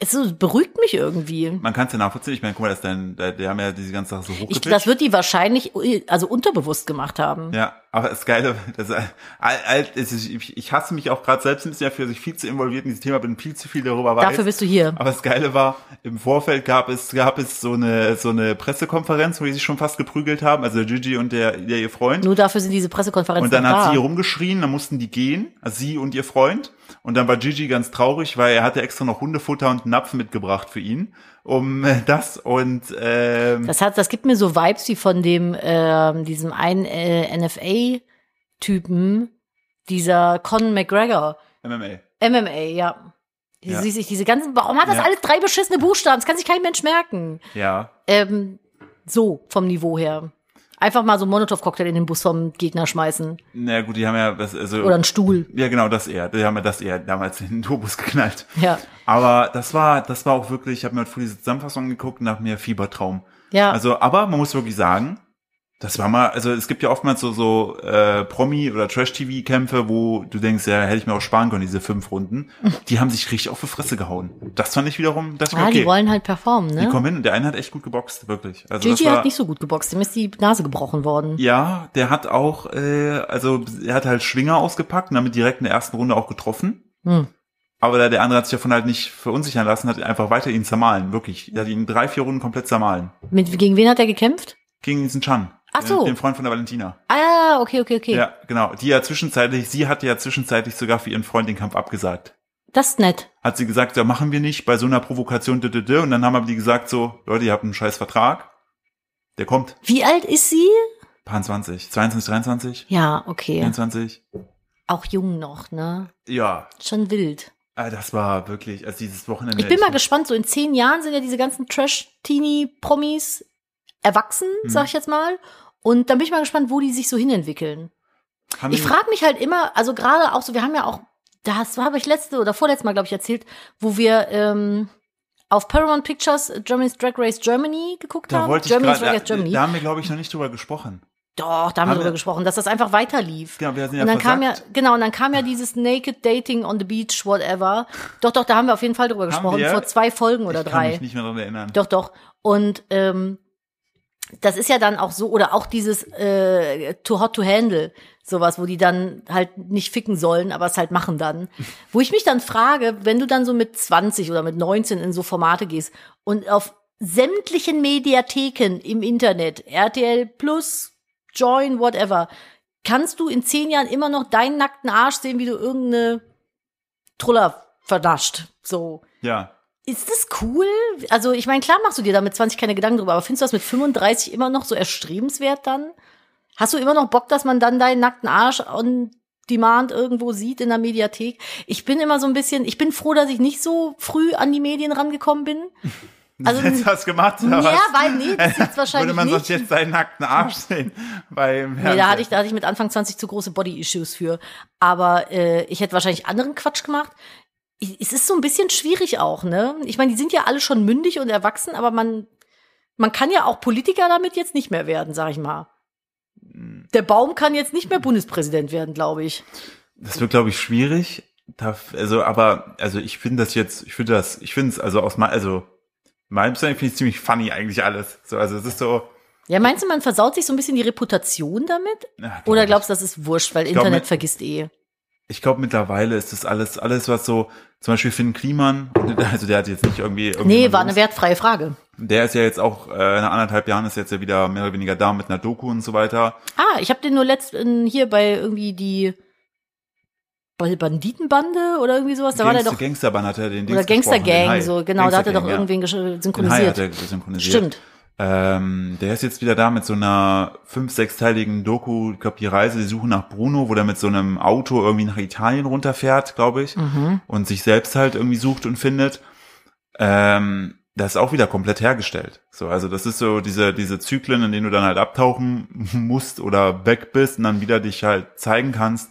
es so, beruhigt mich irgendwie.
Man kann es ja nachvollziehen. Ich meine, guck mal, das ist dein, der, die haben ja diese ganze Sache so hochgepitcht.
Ich, das wird die wahrscheinlich, also unterbewusst gemacht haben.
ja, aber das Geile, das, äh, all, all, es ist, ich, ich hasse mich auch gerade selbst ein bisschen dafür, dass ich viel zu involviert in dieses Thema bin, viel zu viel darüber weiß.
Dafür bist du hier.
Aber das Geile war, im Vorfeld gab es, gab es so eine, so eine Pressekonferenz, wo die sich schon fast geprügelt haben, also Gigi und der, der ihr Freund.
Nur dafür sind diese Pressekonferenzen
Und dann hat
da.
sie rumgeschrien, dann mussten die gehen, also sie und ihr Freund. Und dann war Gigi ganz traurig, weil er hatte extra noch Hundefutter und einen Napf mitgebracht für ihn, um äh, das und ähm,
das hat, das gibt mir so Vibes wie von dem ähm, diesem einen äh, NFA Typen, dieser Con McGregor,
MMA.
MMA, ja. Die,
Ja.
sie sich diese ganzen, warum hat das
Ja.
alles drei beschissene Buchstaben? Das kann sich kein Mensch merken.
Ja.
Ähm, so vom Niveau her. Einfach mal so einen Molotow-Cocktail in den Bus vom Gegner schmeißen
Na gut, die haben ja das, also
oder einen Stuhl.
ja genau das eher, die haben ja das eher damals in den Turbus geknallt.
Ja,
Aber das war, das war auch wirklich, ich habe mir heute früh diese Zusammenfassung geguckt und nach mir Fiebertraum.
ja.
Also, aber man muss wirklich sagen, Das war mal, also es gibt ja oftmals so, so äh, Promi- oder Trash-TV-Kämpfe, wo du denkst, ja, hätte ich mir auch sparen können, diese fünf Runden. Die haben sich richtig auf die Fresse gehauen. Das fand ich wiederum, das war
Ah,
okay.
die wollen halt performen,
Die
ne?
kommen hin und der eine hat echt gut geboxt, wirklich. Also
Gigi
das war,
hat nicht so gut geboxt, ihm ist die Nase gebrochen worden.
Ja, der hat auch, äh, also er hat halt Schwinger ausgepackt und damit direkt in der ersten Runde auch getroffen.
Hm.
Aber der, der andere hat sich davon halt nicht verunsichern lassen, hat einfach weiter ihn zermahlen, wirklich. Er hat ihn drei, vier Runden komplett zermahlen.
Mit, gegen wen hat er gekämpft?
Gegen diesen Chan.
Ach
den-
so.
Den Freund von der Valentina.
Ah, okay, okay, okay.
Ja, genau. Die ja zwischenzeitlich, sie hatte ja zwischenzeitlich sogar für ihren Freund den Kampf abgesagt.
Das ist nett.
Hat sie gesagt, ja, machen wir nicht bei so einer Provokation, d -d -d. und dann haben aber die gesagt so, Leute, ihr habt einen scheiß Vertrag. Der kommt.
Wie alt ist sie?
Paar 20, 22, 23,
Ja, okay.
24.
Auch jung noch, ne?
Ja,
Schon wild.
Ah, das war wirklich, also dieses Wochenende.
Ich bin mal
echt-
gespannt, so in zehn Jahren sind ja diese ganzen Trash-Teenie-Promis erwachsen,
Mhm.
sag ich jetzt mal. Und dann bin ich mal gespannt, wo die sich so hinentwickeln.
Haben
Ich
die-
frage mich halt immer, also gerade auch so, wir haben ja auch, das habe ich letzte oder vorletzte Mal, glaube ich, erzählt, wo wir ähm, auf Paramount Pictures äh, Germany's Drag Race Germany geguckt
da
haben.
wollte ich
Germany's
gerade,
Drag Race
da,
Germany.
da haben wir, glaube ich, noch nicht drüber gesprochen.
Doch, da haben wir
Haben
drüber
wir-
gesprochen, dass das einfach weiterlief.
Genau, wir sind ja
und dann kam ja,
versagt.
genau, und dann kam ja dieses Naked Dating on the Beach, whatever. Doch, doch, da haben wir auf jeden Fall drüber gesprochen.
wir?
Vor zwei Folgen oder
ich
drei.
kann mich nicht mehr daran erinnern.
Doch, doch. Und ähm, das ist ja dann auch so, oder auch dieses äh, Too Hot to Handle, sowas, wo die dann halt nicht ficken sollen, aber es halt machen dann. Wo ich mich dann frage, wenn du dann so mit 20 oder mit 19 in so Formate gehst und auf sämtlichen Mediatheken im Internet, RTL Plus, Join, whatever, kannst du in zehn Jahren immer noch deinen nackten Arsch sehen, wie du irgendeine Truller verdascht. So.
Ja.
Ist das cool? Also, ich meine, klar machst du dir da mit 20 keine Gedanken drüber, aber findest du das mit 35 immer noch so erstrebenswert dann? Hast du immer noch Bock, dass man dann deinen nackten Arsch on demand irgendwo sieht in der Mediathek? Ich bin immer so ein bisschen, ich bin froh, dass ich nicht so früh an die Medien rangekommen bin. Also,
Jetzt hast du gemacht,
Ja,
oder was?
weil, nee, das ist
Würde
wahrscheinlich
man
nicht.
sonst jetzt seinen nackten Arsch sehen? Bei
Nee, da hatte, ich, da hatte ich mit Anfang 20 zu große Body-Issues für. Aber äh, ich hätte wahrscheinlich anderen Quatsch gemacht. I- Es ist so ein bisschen schwierig auch, ne? Ich meine, die sind ja alle schon mündig und erwachsen, aber man, man kann ja auch Politiker damit jetzt nicht mehr werden, sag ich mal. Der Baum kann jetzt nicht mehr Bundespräsident werden, glaube ich.
Das wird, glaube ich, schwierig. Da, also, aber, also ich finde das jetzt, ich finde das, ich finde es, also aus meinem, also meinem Stand finde ich ziemlich funny eigentlich alles. So, also es ist so.
Ja, meinst du, man versaut sich so ein bisschen die Reputation damit?
na,
Oder
doch.
glaubst du, das ist wurscht, weil
Ich glaub,
Internet
mit-
vergisst eh?
Ich glaube, mittlerweile ist das alles, alles, was so, zum Beispiel Finn Kliman, also der hat jetzt nicht irgendwie.
Nee,
irgendjemand
war eine
los.
wertfreie Frage.
Der ist ja jetzt auch, äh, nach anderthalb Jahren ist jetzt ja wieder mehr oder weniger da mit einer Doku und so weiter.
Ah, ich habe den nur letzten hier bei irgendwie die bei Banditenbande oder irgendwie sowas. Da war der
Gangster-
doch
Gangsterband hat er den Dings
oder Gangster
gesprochen, den Hai.
Gang so genau. Da hat er doch
Gangster Gang,
irgendwen gesch-
ja. Den Hai hat
synchronisiert.
er synchronisiert.
Stimmt.
Ähm, der ist jetzt wieder da mit so einer fünf-, sechsteiligen Doku, ich glaube, die Reise, die Suche nach Bruno, wo der mit so einem Auto irgendwie nach Italien runterfährt, glaube ich,
Mhm.
und sich selbst halt irgendwie sucht und findet. Ähm, das ist auch wieder komplett hergestellt. So, also das ist so diese, diese Zyklen, in denen du dann halt abtauchen musst oder weg bist und dann wieder dich halt zeigen kannst.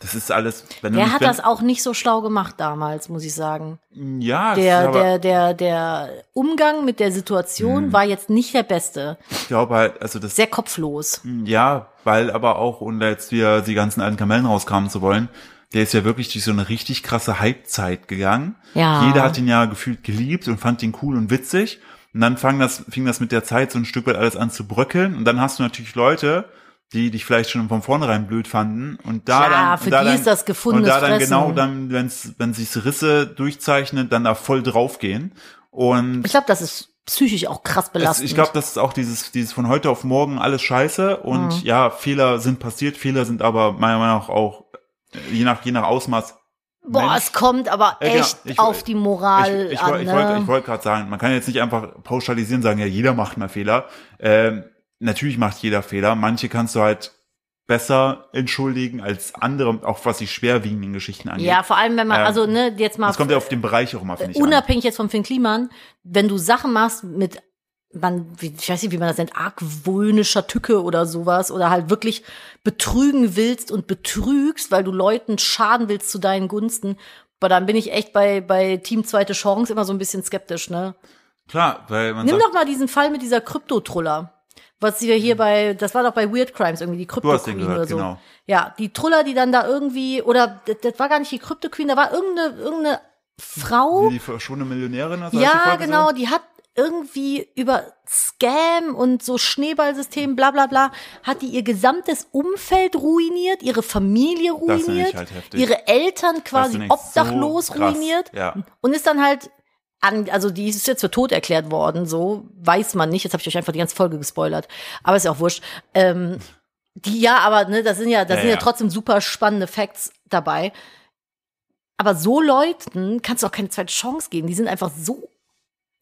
Das ist alles, wenn du
Der
nicht,
hat
wenn,
das auch nicht so schlau gemacht damals, muss ich sagen.
ja, das ist
Der
aber, Mhm.
der der der Umgang mit der Situation war jetzt nicht der beste.
ich glaube halt, also das
Sehr kopflos.
Mhm. Ja, weil aber auch, ohne da jetzt wieder die ganzen alten Kamellen rauskramen zu wollen, der ist ja wirklich durch so eine richtig krasse Hype-Zeit gegangen.
Ja.
Jeder hat ihn ja gefühlt geliebt und fand ihn cool und witzig. Und dann fang das, fing das mit der Zeit so ein Stück weit alles an zu bröckeln. Und dann hast du natürlich Leute, die dich vielleicht schon von vornherein blöd fanden. Und da
Ja,
dann,
für
und da
die
dann,
ist das gefundenes
Und da dann
Fressen.
genau dann, wenn's, wenn sich's Risse durchzeichnet, dann da voll draufgehen. Und
Ich glaube, das ist psychisch auch krass
das,
belastend.
ich glaube, das ist auch dieses, dieses von heute auf morgen alles scheiße und
Mhm.
ja, Fehler sind passiert, Fehler sind aber meiner Meinung nach auch, äh, je nach, je nach Ausmaß.
Boah,
Mensch-
es kommt aber
Ja, genau.
echt
Ich-
auf die Moral
ich, ich,
an.
woll- ich
ne?
wollte ich wollt gerade sagen, man kann jetzt nicht einfach pauschalisieren sagen, ja, jeder macht mal Fehler. Ähm, natürlich macht jeder Fehler. Manche kannst du halt besser entschuldigen als andere, auch was die schwerwiegenden Geschichten angeht.
ja, vor allem wenn man
Ähm,
also ne jetzt mal
das kommt ja auf den Bereich auch immer, finde ich. an.
unabhängig jetzt vom Finn Kliman, wenn du Sachen machst mit man, wie- ich weiß nicht, wie man das nennt, argwöhnischer Tücke oder sowas, oder halt wirklich betrügen willst und betrügst, weil du Leuten schaden willst zu deinen Gunsten, aber dann bin ich echt bei, bei Team Zweite Chance immer so ein bisschen skeptisch, ne?
Klar, weil man
Nimm
sagt,
doch mal diesen Fall mit dieser Kryptotruller. was wir hier bei, das war doch bei Weird Crimes irgendwie, die Krypto
Du hast den
Queen
gehört,
oder so.
genau.
Ja, die Truller, die dann da irgendwie, oder das, das war gar nicht die Krypto Queen, da war irgendeine, irgendeine Frau.
Die verschwundene Millionärin. hast du heißt die
Ja,
Folge so?
genau, die hat irgendwie über Scam und so Schneeballsystem, bla bla bla, hat die ihr gesamtes Umfeld ruiniert, ihre Familie
finde ich
ruiniert,
halt heftig.
ihre Eltern
Weißt du
quasi
nicht, so
obdachlos
krass.
ruiniert
Ja.
und ist dann halt an, also die ist jetzt für tot erklärt worden, so weiß man nicht. Jetzt habe ich euch einfach die ganze Folge gespoilert, aber ist ja auch wurscht. Ähm, die ja, aber ne, das sind ja, das
Ja,
sind ja
ja.
trotzdem super spannende Facts dabei. Aber so Leuten kannst du auch keine zweite Chance geben. Die sind einfach so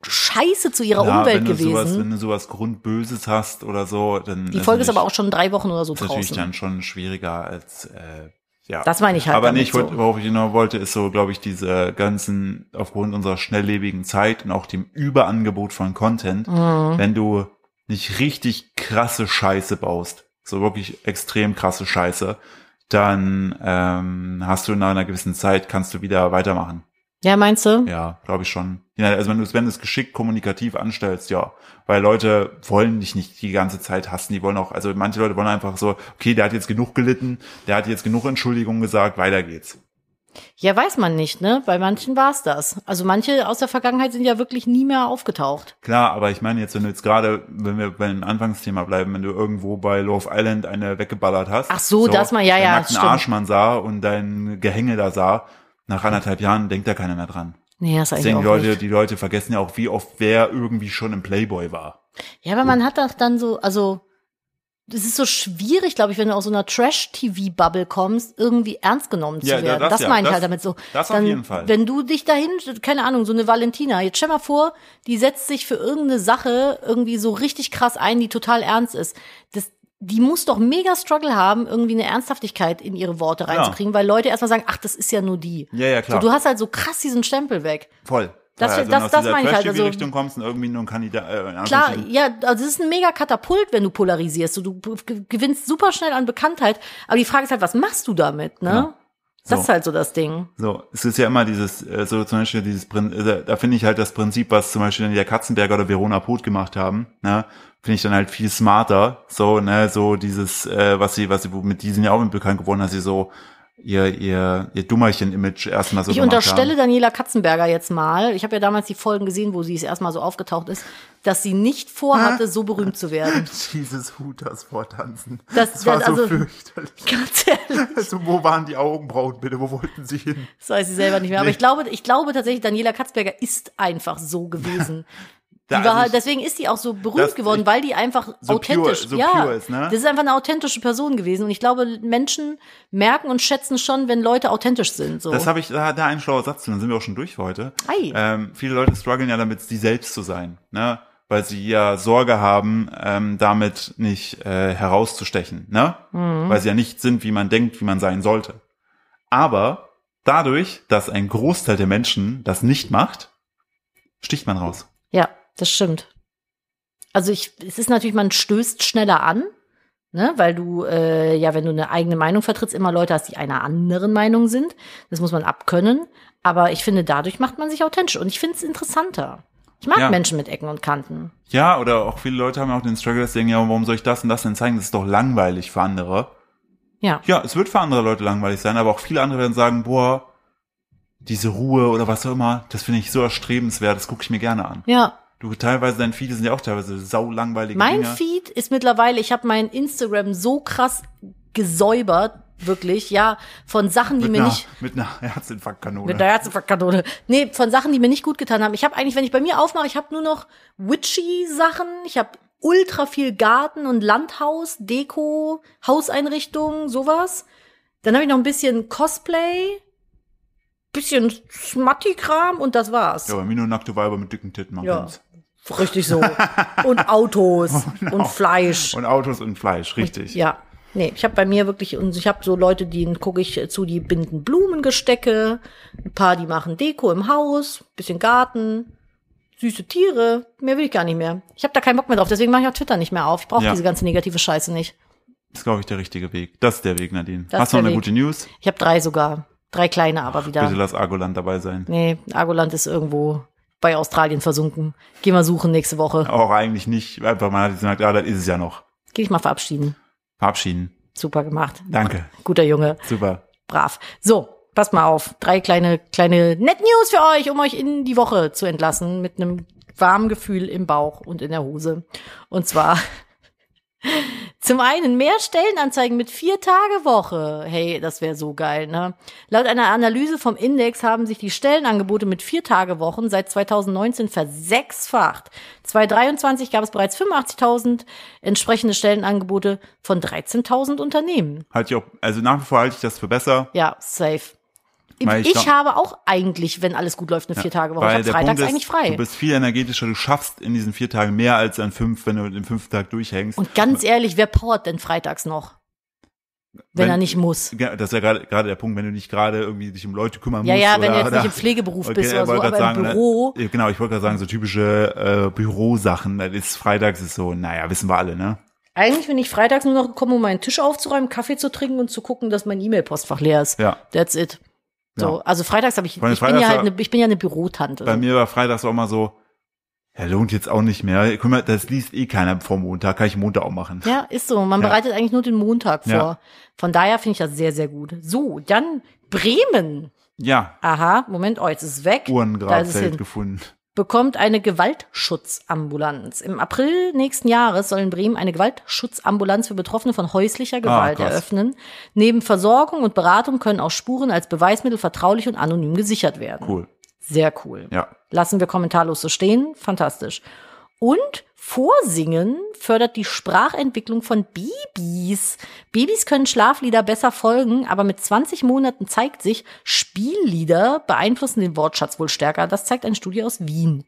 scheiße zu ihrer
Ja,
Umwelt
wenn du Sowas, wenn
gewesen.
du sowas Grundböses hast oder so, dann.
Die Folge ist aber
natürlich-
auch schon drei Wochen oder so
ist natürlich
draußen.
dann schon schwieriger als äh, ja.
Das meine ich halt
Aber
damit
nee, ich wollt,
so.
worauf ich hinaus wollte, ist so, glaube ich, diese ganzen aufgrund unserer schnelllebigen Zeit und auch dem Überangebot von Content,
Mhm.
wenn du nicht richtig krasse Scheiße baust, so wirklich extrem krasse Scheiße, dann ähm, hast du in einer gewissen Zeit kannst du wieder weitermachen.
Ja, meinst du?
Ja, glaube ich schon. Ja, also wenn du es, wenn du es geschickt kommunikativ anstellst, ja. Weil Leute wollen dich nicht die ganze Zeit hassen. Die wollen auch, also manche Leute wollen einfach so, okay, der hat jetzt genug gelitten, der hat jetzt genug Entschuldigungen gesagt, weiter geht's.
Ja, weiß man nicht, ne? Bei manchen war es das. Also manche aus der Vergangenheit sind ja wirklich nie mehr aufgetaucht.
Klar, aber ich meine jetzt, wenn du jetzt gerade, wenn wir beim Anfangsthema bleiben, wenn du irgendwo bei Love Island eine weggeballert hast.
Ach so, das mal- ja,
deinen
ja,
nackten
stimmt.
Arschmann sah und dein Gehänge da sah, nach anderthalb Jahren denkt da keiner mehr dran.
Nee, das ist eigentlich
Deswegen
auch
die Leute,
nicht.
die Leute vergessen ja auch, wie oft wer irgendwie schon im Playboy war.
Ja, aber man hat doch dann so, also es ist so schwierig, glaube ich, wenn du aus so einer Trash-TV-Bubble kommst, irgendwie ernst genommen zu
Ja, ja,
werden.
das
das
ja,
meine ich
das-
halt damit so.
das auf
dann,
jeden Fall.
Wenn du dich dahin, keine Ahnung, so eine Valentina, jetzt stell mal vor, die setzt sich für irgendeine Sache irgendwie so richtig krass ein, die total ernst ist. Das, die muss doch mega Struggle haben, irgendwie eine Ernsthaftigkeit in ihre Worte reinzukriegen, weil Leute erstmal sagen, ach, das ist ja nur die.
Ja, ja, klar.
So, du hast halt so krass diesen Stempel weg.
Voll.
Das-
Weil, also, wenn
das-
du aus
das
dieser
meine ich halt, also-
Trash-TV-Richtung kommst und irgendwie nur ein Kandidat, äh, in
Klar,
Anführungsstrichen-
ja, also es ist ein mega Katapult, wenn du polarisierst. Du, du ge- gewinnst super schnell an Bekanntheit, aber die Frage ist halt, was machst du damit, ne?
Genau.
Das
So.
ist halt so das Ding.
So, es ist ja immer dieses, äh, so zum Beispiel dieses, Prin äh, da finde ich halt das Prinzip, was zum Beispiel der Katzenberger oder Verona Poth gemacht haben, ne, finde ich dann halt viel smarter, so, ne, so dieses, äh, was sie, was sie, womit die sind ja auch bekannt geworden, dass sie so ihr, ihr, ihr Dummerchen-Image erstmal so
Ich
gemacht
unterstelle
haben.
Daniela Katzenberger jetzt mal, ich habe ja damals die Folgen gesehen, wo sie es erstmal so aufgetaucht ist, dass sie nicht vorhatte, so berühmt zu werden.
Dieses Hut, das vortanzen.
Das-
das war
das-
so
also-
fürchterlich.
Ganz ehrlich,
Also, wo waren die Augenbrauen, bitte? Wo wollten sie hin?
das weiß sie selber nicht mehr. Aber
Nee.
ich glaube, ich glaube tatsächlich, Daniela Katzenberger ist einfach so gewesen. Die
Da-
war, halt,
also ich-
deswegen ist die auch so berühmt
Das-
geworden,
ich-
weil die einfach
So
authentisch,
pure- so
ja,
pure ist, ne?
das ist einfach eine authentische Person gewesen und ich glaube, Menschen merken und schätzen schon, wenn Leute authentisch sind. So.
Das habe ich, da, da ein schlauer Satz, zu, dann sind wir auch schon durch für heute.
Ei.
Ähm, viele Leute strugglen ja damit, sie selbst zu sein, ne? Weil sie ja Sorge haben, ähm, damit nicht äh, herauszustechen, ne?
Mhm.
Weil sie ja nicht sind, wie man denkt, wie man sein sollte. Aber dadurch, dass ein Großteil der Menschen das nicht macht, sticht man raus.
ja, das stimmt. Also ich, es ist natürlich, man stößt schneller an, ne? weil du äh, ja, wenn du eine eigene Meinung vertrittst, immer Leute hast, die einer anderen Meinung sind. Das muss man abkönnen. Aber ich finde, dadurch macht man sich authentisch und ich finde es interessanter. Ich mag
Ja.
Menschen mit Ecken und Kanten.
Ja, oder auch viele Leute haben ja auch den Struggle, dass sie denken, ja, warum soll ich das und das denn zeigen? Das ist doch langweilig für andere.
Ja.
Ja, es wird für andere Leute langweilig sein, aber auch viele andere werden sagen, boah, diese Ruhe oder was auch immer, das finde ich so erstrebenswert, das gucke ich mir gerne an.
Ja,
Du, teilweise, deine Feeds sind ja auch teilweise sau langweilige
Mein
Dinge.
Feed ist mittlerweile, ich habe mein Instagram so krass gesäubert, wirklich, ja, von Sachen, die
mit,
mir
einer,
nicht.
mit einer Herzinfarktkanone.
Mit der Herzinfarktkanone. Nee, von Sachen, die mir nicht gut getan haben. Ich habe eigentlich, wenn ich bei mir aufmache, ich habe nur noch witchy Sachen. Ich habe ultra viel Garten und Landhaus, Deko, Hauseinrichtung, sowas. Dann habe ich noch ein bisschen Cosplay, bisschen Smutty-Kram und das war's.
ja, bei mir nur nackte Weiber mit dicken Titten machen
Ja,
kann's.
richtig so. und Autos und Fleisch.
Und Autos und Fleisch, richtig.
Ja. Nee, ich habe bei mir wirklich, und ich habe so Leute, denen gucke ich zu, die binden Blumengestecke, ein paar, die machen Deko im Haus, bisschen Garten, süße Tiere, mehr will ich gar nicht mehr. Ich habe da keinen Bock mehr drauf, deswegen mache ich auch Twitter nicht mehr auf. Ich brauche
Ja.
diese ganze negative Scheiße nicht.
Das ist, glaube ich, der richtige Weg. Das ist der Weg, Nadine.
Das
Hast
ist
du noch
der
eine
Weg.
gute News?
Ich habe drei sogar. Drei kleine aber wieder.
Bitte lass Argoland dabei sein.
Nee, Argoland ist irgendwo bei Australien versunken. Geh mal suchen nächste Woche.
Auch eigentlich nicht. Einfach mal hat gesagt, ah, das ist es ja noch.
Geh dich mal verabschieden.
Verabschieden.
Super gemacht.
Danke.
Guter Junge.
Super.
Brav. So, passt mal auf. Drei kleine, kleine Net News für euch, um euch in die Woche zu entlassen mit einem warmen Gefühl im Bauch und in der Hose. Und zwar zum einen mehr Stellenanzeigen mit vier Tage Woche. Hey, das wäre so geil, ne? Laut einer Analyse vom Index haben sich die Stellenangebote mit vier Tage Wochen seit 2019 versechsfacht. 2023 gab es bereits 85.000 entsprechende Stellenangebote von 13.000 Unternehmen.
Halte ich auch, also nach wie vor halte ich das für besser.
Ja, safe.
Weil
Ich,
ich glaub-
habe auch eigentlich, wenn alles gut läuft, eine vier Tage Woche. Ich habe
der
freitags
Punkt ist,
eigentlich frei.
Du bist viel energetischer, du schaffst in diesen vier Tagen mehr als an fünf, wenn du den fünften Tag durchhängst.
Und ganz ehrlich, wer powert denn freitags noch? Wenn,
Wenn-
er nicht muss.
Ja, das ist ja gerade gerade der Punkt, wenn du nicht gerade irgendwie dich um Leute kümmern
Ja,
musst.
ja, wenn
oder,
du jetzt
oder,
nicht im Pflegeberuf
Okay,
bist oder
ich
so,
wollte
aber
gerade
im
sagen, ne?
Büro.
Ja, Genau, ich wollte gerade sagen, so typische äh, Bürosachen, das ist freitags ist so, naja, wissen wir alle, ne?
Eigentlich bin ich freitags nur noch gekommen, um meinen Tisch aufzuräumen, Kaffee zu trinken und zu gucken, dass mein E-Mail-Postfach leer ist.
Ja.
That's it. So, also freitags habe ich, ich
Weil
bin
freitags
ja halt
war-
eine, ich bin ja eine Bürotante.
Bei mir war freitags auch mal so, ja, lohnt jetzt auch nicht mehr. Guck mal, das liest eh keiner vor Montag, kann ich Montag auch machen.
Ja, ist so. Man
Ja.
bereitet eigentlich nur den Montag vor.
Ja.
Von daher finde ich das sehr, sehr gut. So, dann Bremen.
Ja,
Aha, Moment, oh, jetzt ist es weg. Da ist es hin.
Uhrengrabfeld gefunden.
bekommt eine Gewaltschutzambulanz. Im April nächsten Jahres soll in Bremen eine Gewaltschutzambulanz für Betroffene von häuslicher Gewalt
Ah, krass.
eröffnen. Neben Versorgung und Beratung können auch Spuren als Beweismittel vertraulich und anonym gesichert werden.
Cool.
Sehr cool.
Ja.
Lassen wir kommentarlos so stehen. Fantastisch. Und Vorsingen fördert die Sprachentwicklung von Babys. Babys können Schlaflieder besser folgen, aber mit 20 Monaten zeigt sich, Spiellieder beeinflussen den Wortschatz wohl stärker. Das zeigt eine Studie aus Wien.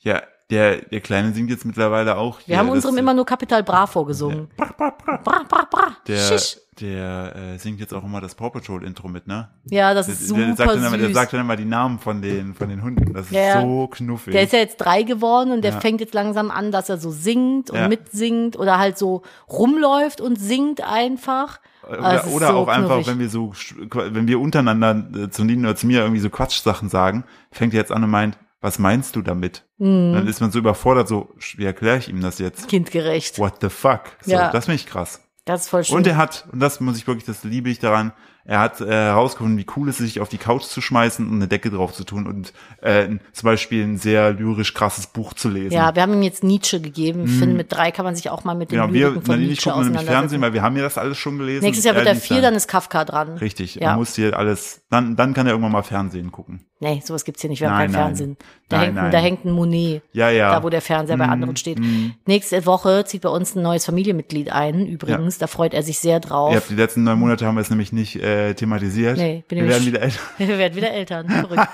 Ja, der, der Kleine singt jetzt mittlerweile auch.
Wir haben unserem immer nur Kapital Bra vorgesungen. Bra, bra, bra.
Der,
Schisch.
der äh, singt jetzt auch immer das Paw Patrol Intro mit, ne?
Ja, das
Der,
ist
der, sagt
super
dann immer, der
süß.
sagt dann immer die Namen von den, von den Hunden. Das ist
Ja.
so knuffig.
Der ist ja jetzt drei geworden und der
Ja.
fängt jetzt langsam an, dass er so singt und
Ja.
mitsingt oder halt so rumläuft und singt einfach.
Oder,
Ah, Es ist
oder
so
auch einfach,
knuffig.
wenn wir so, wenn wir untereinander äh, zu Nina oder zu mir irgendwie so Quatschsachen sagen, fängt er jetzt an und meint, was meinst du damit?
Mhm.
Dann ist man so überfordert, so, wie erkläre ich ihm das jetzt?
kindgerecht.
What the fuck? So,
Ja.
Das finde ich krass.
Das ist voll schön.
Und er hat, und das muss ich wirklich, das liebe ich daran, er hat äh, herausgefunden, wie cool es ist, sich auf die Couch zu schmeißen und eine Decke drauf zu tun und äh, ein- zum Beispiel ein sehr lyrisch krasses Buch zu lesen.
ja, wir haben ihm jetzt Nietzsche gegeben. Ich finde, mit drei kann man sich auch mal mit den
genau, Mhm. wir,
Lyriken von
Nadine, ich
Nietzsche
gucke nämlich Fernsehen,
auseinandersetzen.
weil wir haben ja das alles schon gelesen.
Nächstes Jahr wird
Er
er
liest
vier, dann ist Kafka dran.
halt Richtig,
Ja.
man muss hier alles, dann, dann kann er irgendwann mal Fernsehen gucken.
Nee, sowas gibt's hier nicht. Wir haben
Nein,
kein
nein.
Fernsehen. Da,
Nein,
hängt, ein-
nein.
da hängt ein Monet.
Ja, ja. Mhm.
Da, wo der Fernseher bei anderen steht. Nächste Woche zieht bei uns ein neues Familienmitglied ein, übrigens. Da freut er sich sehr
Ihr
drauf.
habt die letzten neun Monate haben wir es nämlich nicht äh, thematisiert.
Nee, bin
wir werden
nämlich-
wieder älter.
Wir werden wieder Eltern. Verrückt.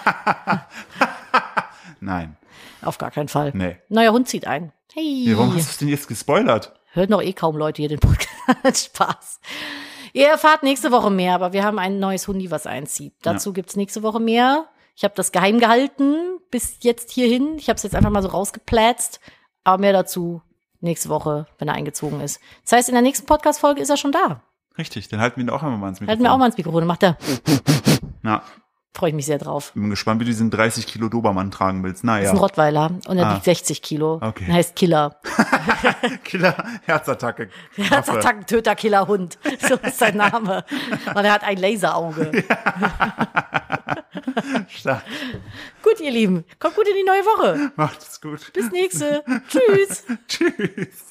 Nein,
Auf gar keinen Fall.
nee.
Neuer Hund zieht ein. Hey.
Warum hast du es denn jetzt gespoilert?
Hört noch eh kaum Leute hier den Podcast. Spaß. Ihr erfahrt nächste Woche mehr, aber wir haben ein neues Hundi, was einzieht. Dazu gibt's nächste Woche mehr. Ich habe das geheim gehalten bis jetzt hierhin. Ich habe es jetzt einfach mal so rausgeplätzt. Aber mehr dazu nächste Woche, wenn er eingezogen ist. Das heißt, in der nächsten Podcast-Folge ist er schon da.
Richtig, dann halten wir ihn auch einmal mal ans Mikrofon.
Halten wir auch mal ins Mikrofon, und macht er.
Na,
Freue ich mich sehr drauf.
ich bin gespannt, wie du diesen 30 Kilo Dobermann tragen willst.
Ist
Naja.
ein Rottweiler und er
Ah.
wiegt 60 Kilo.
Okay.
Und heißt Killer.
Killer, Herzattacke. Waffe.
Herzattackentöter Killer Hund. So ist sein Name. Und er hat ein Laserauge.
Stark.
Gut, ihr Lieben, kommt gut in die neue Woche.
Macht's gut.
Bis nächste. Tschüss.
Tschüss.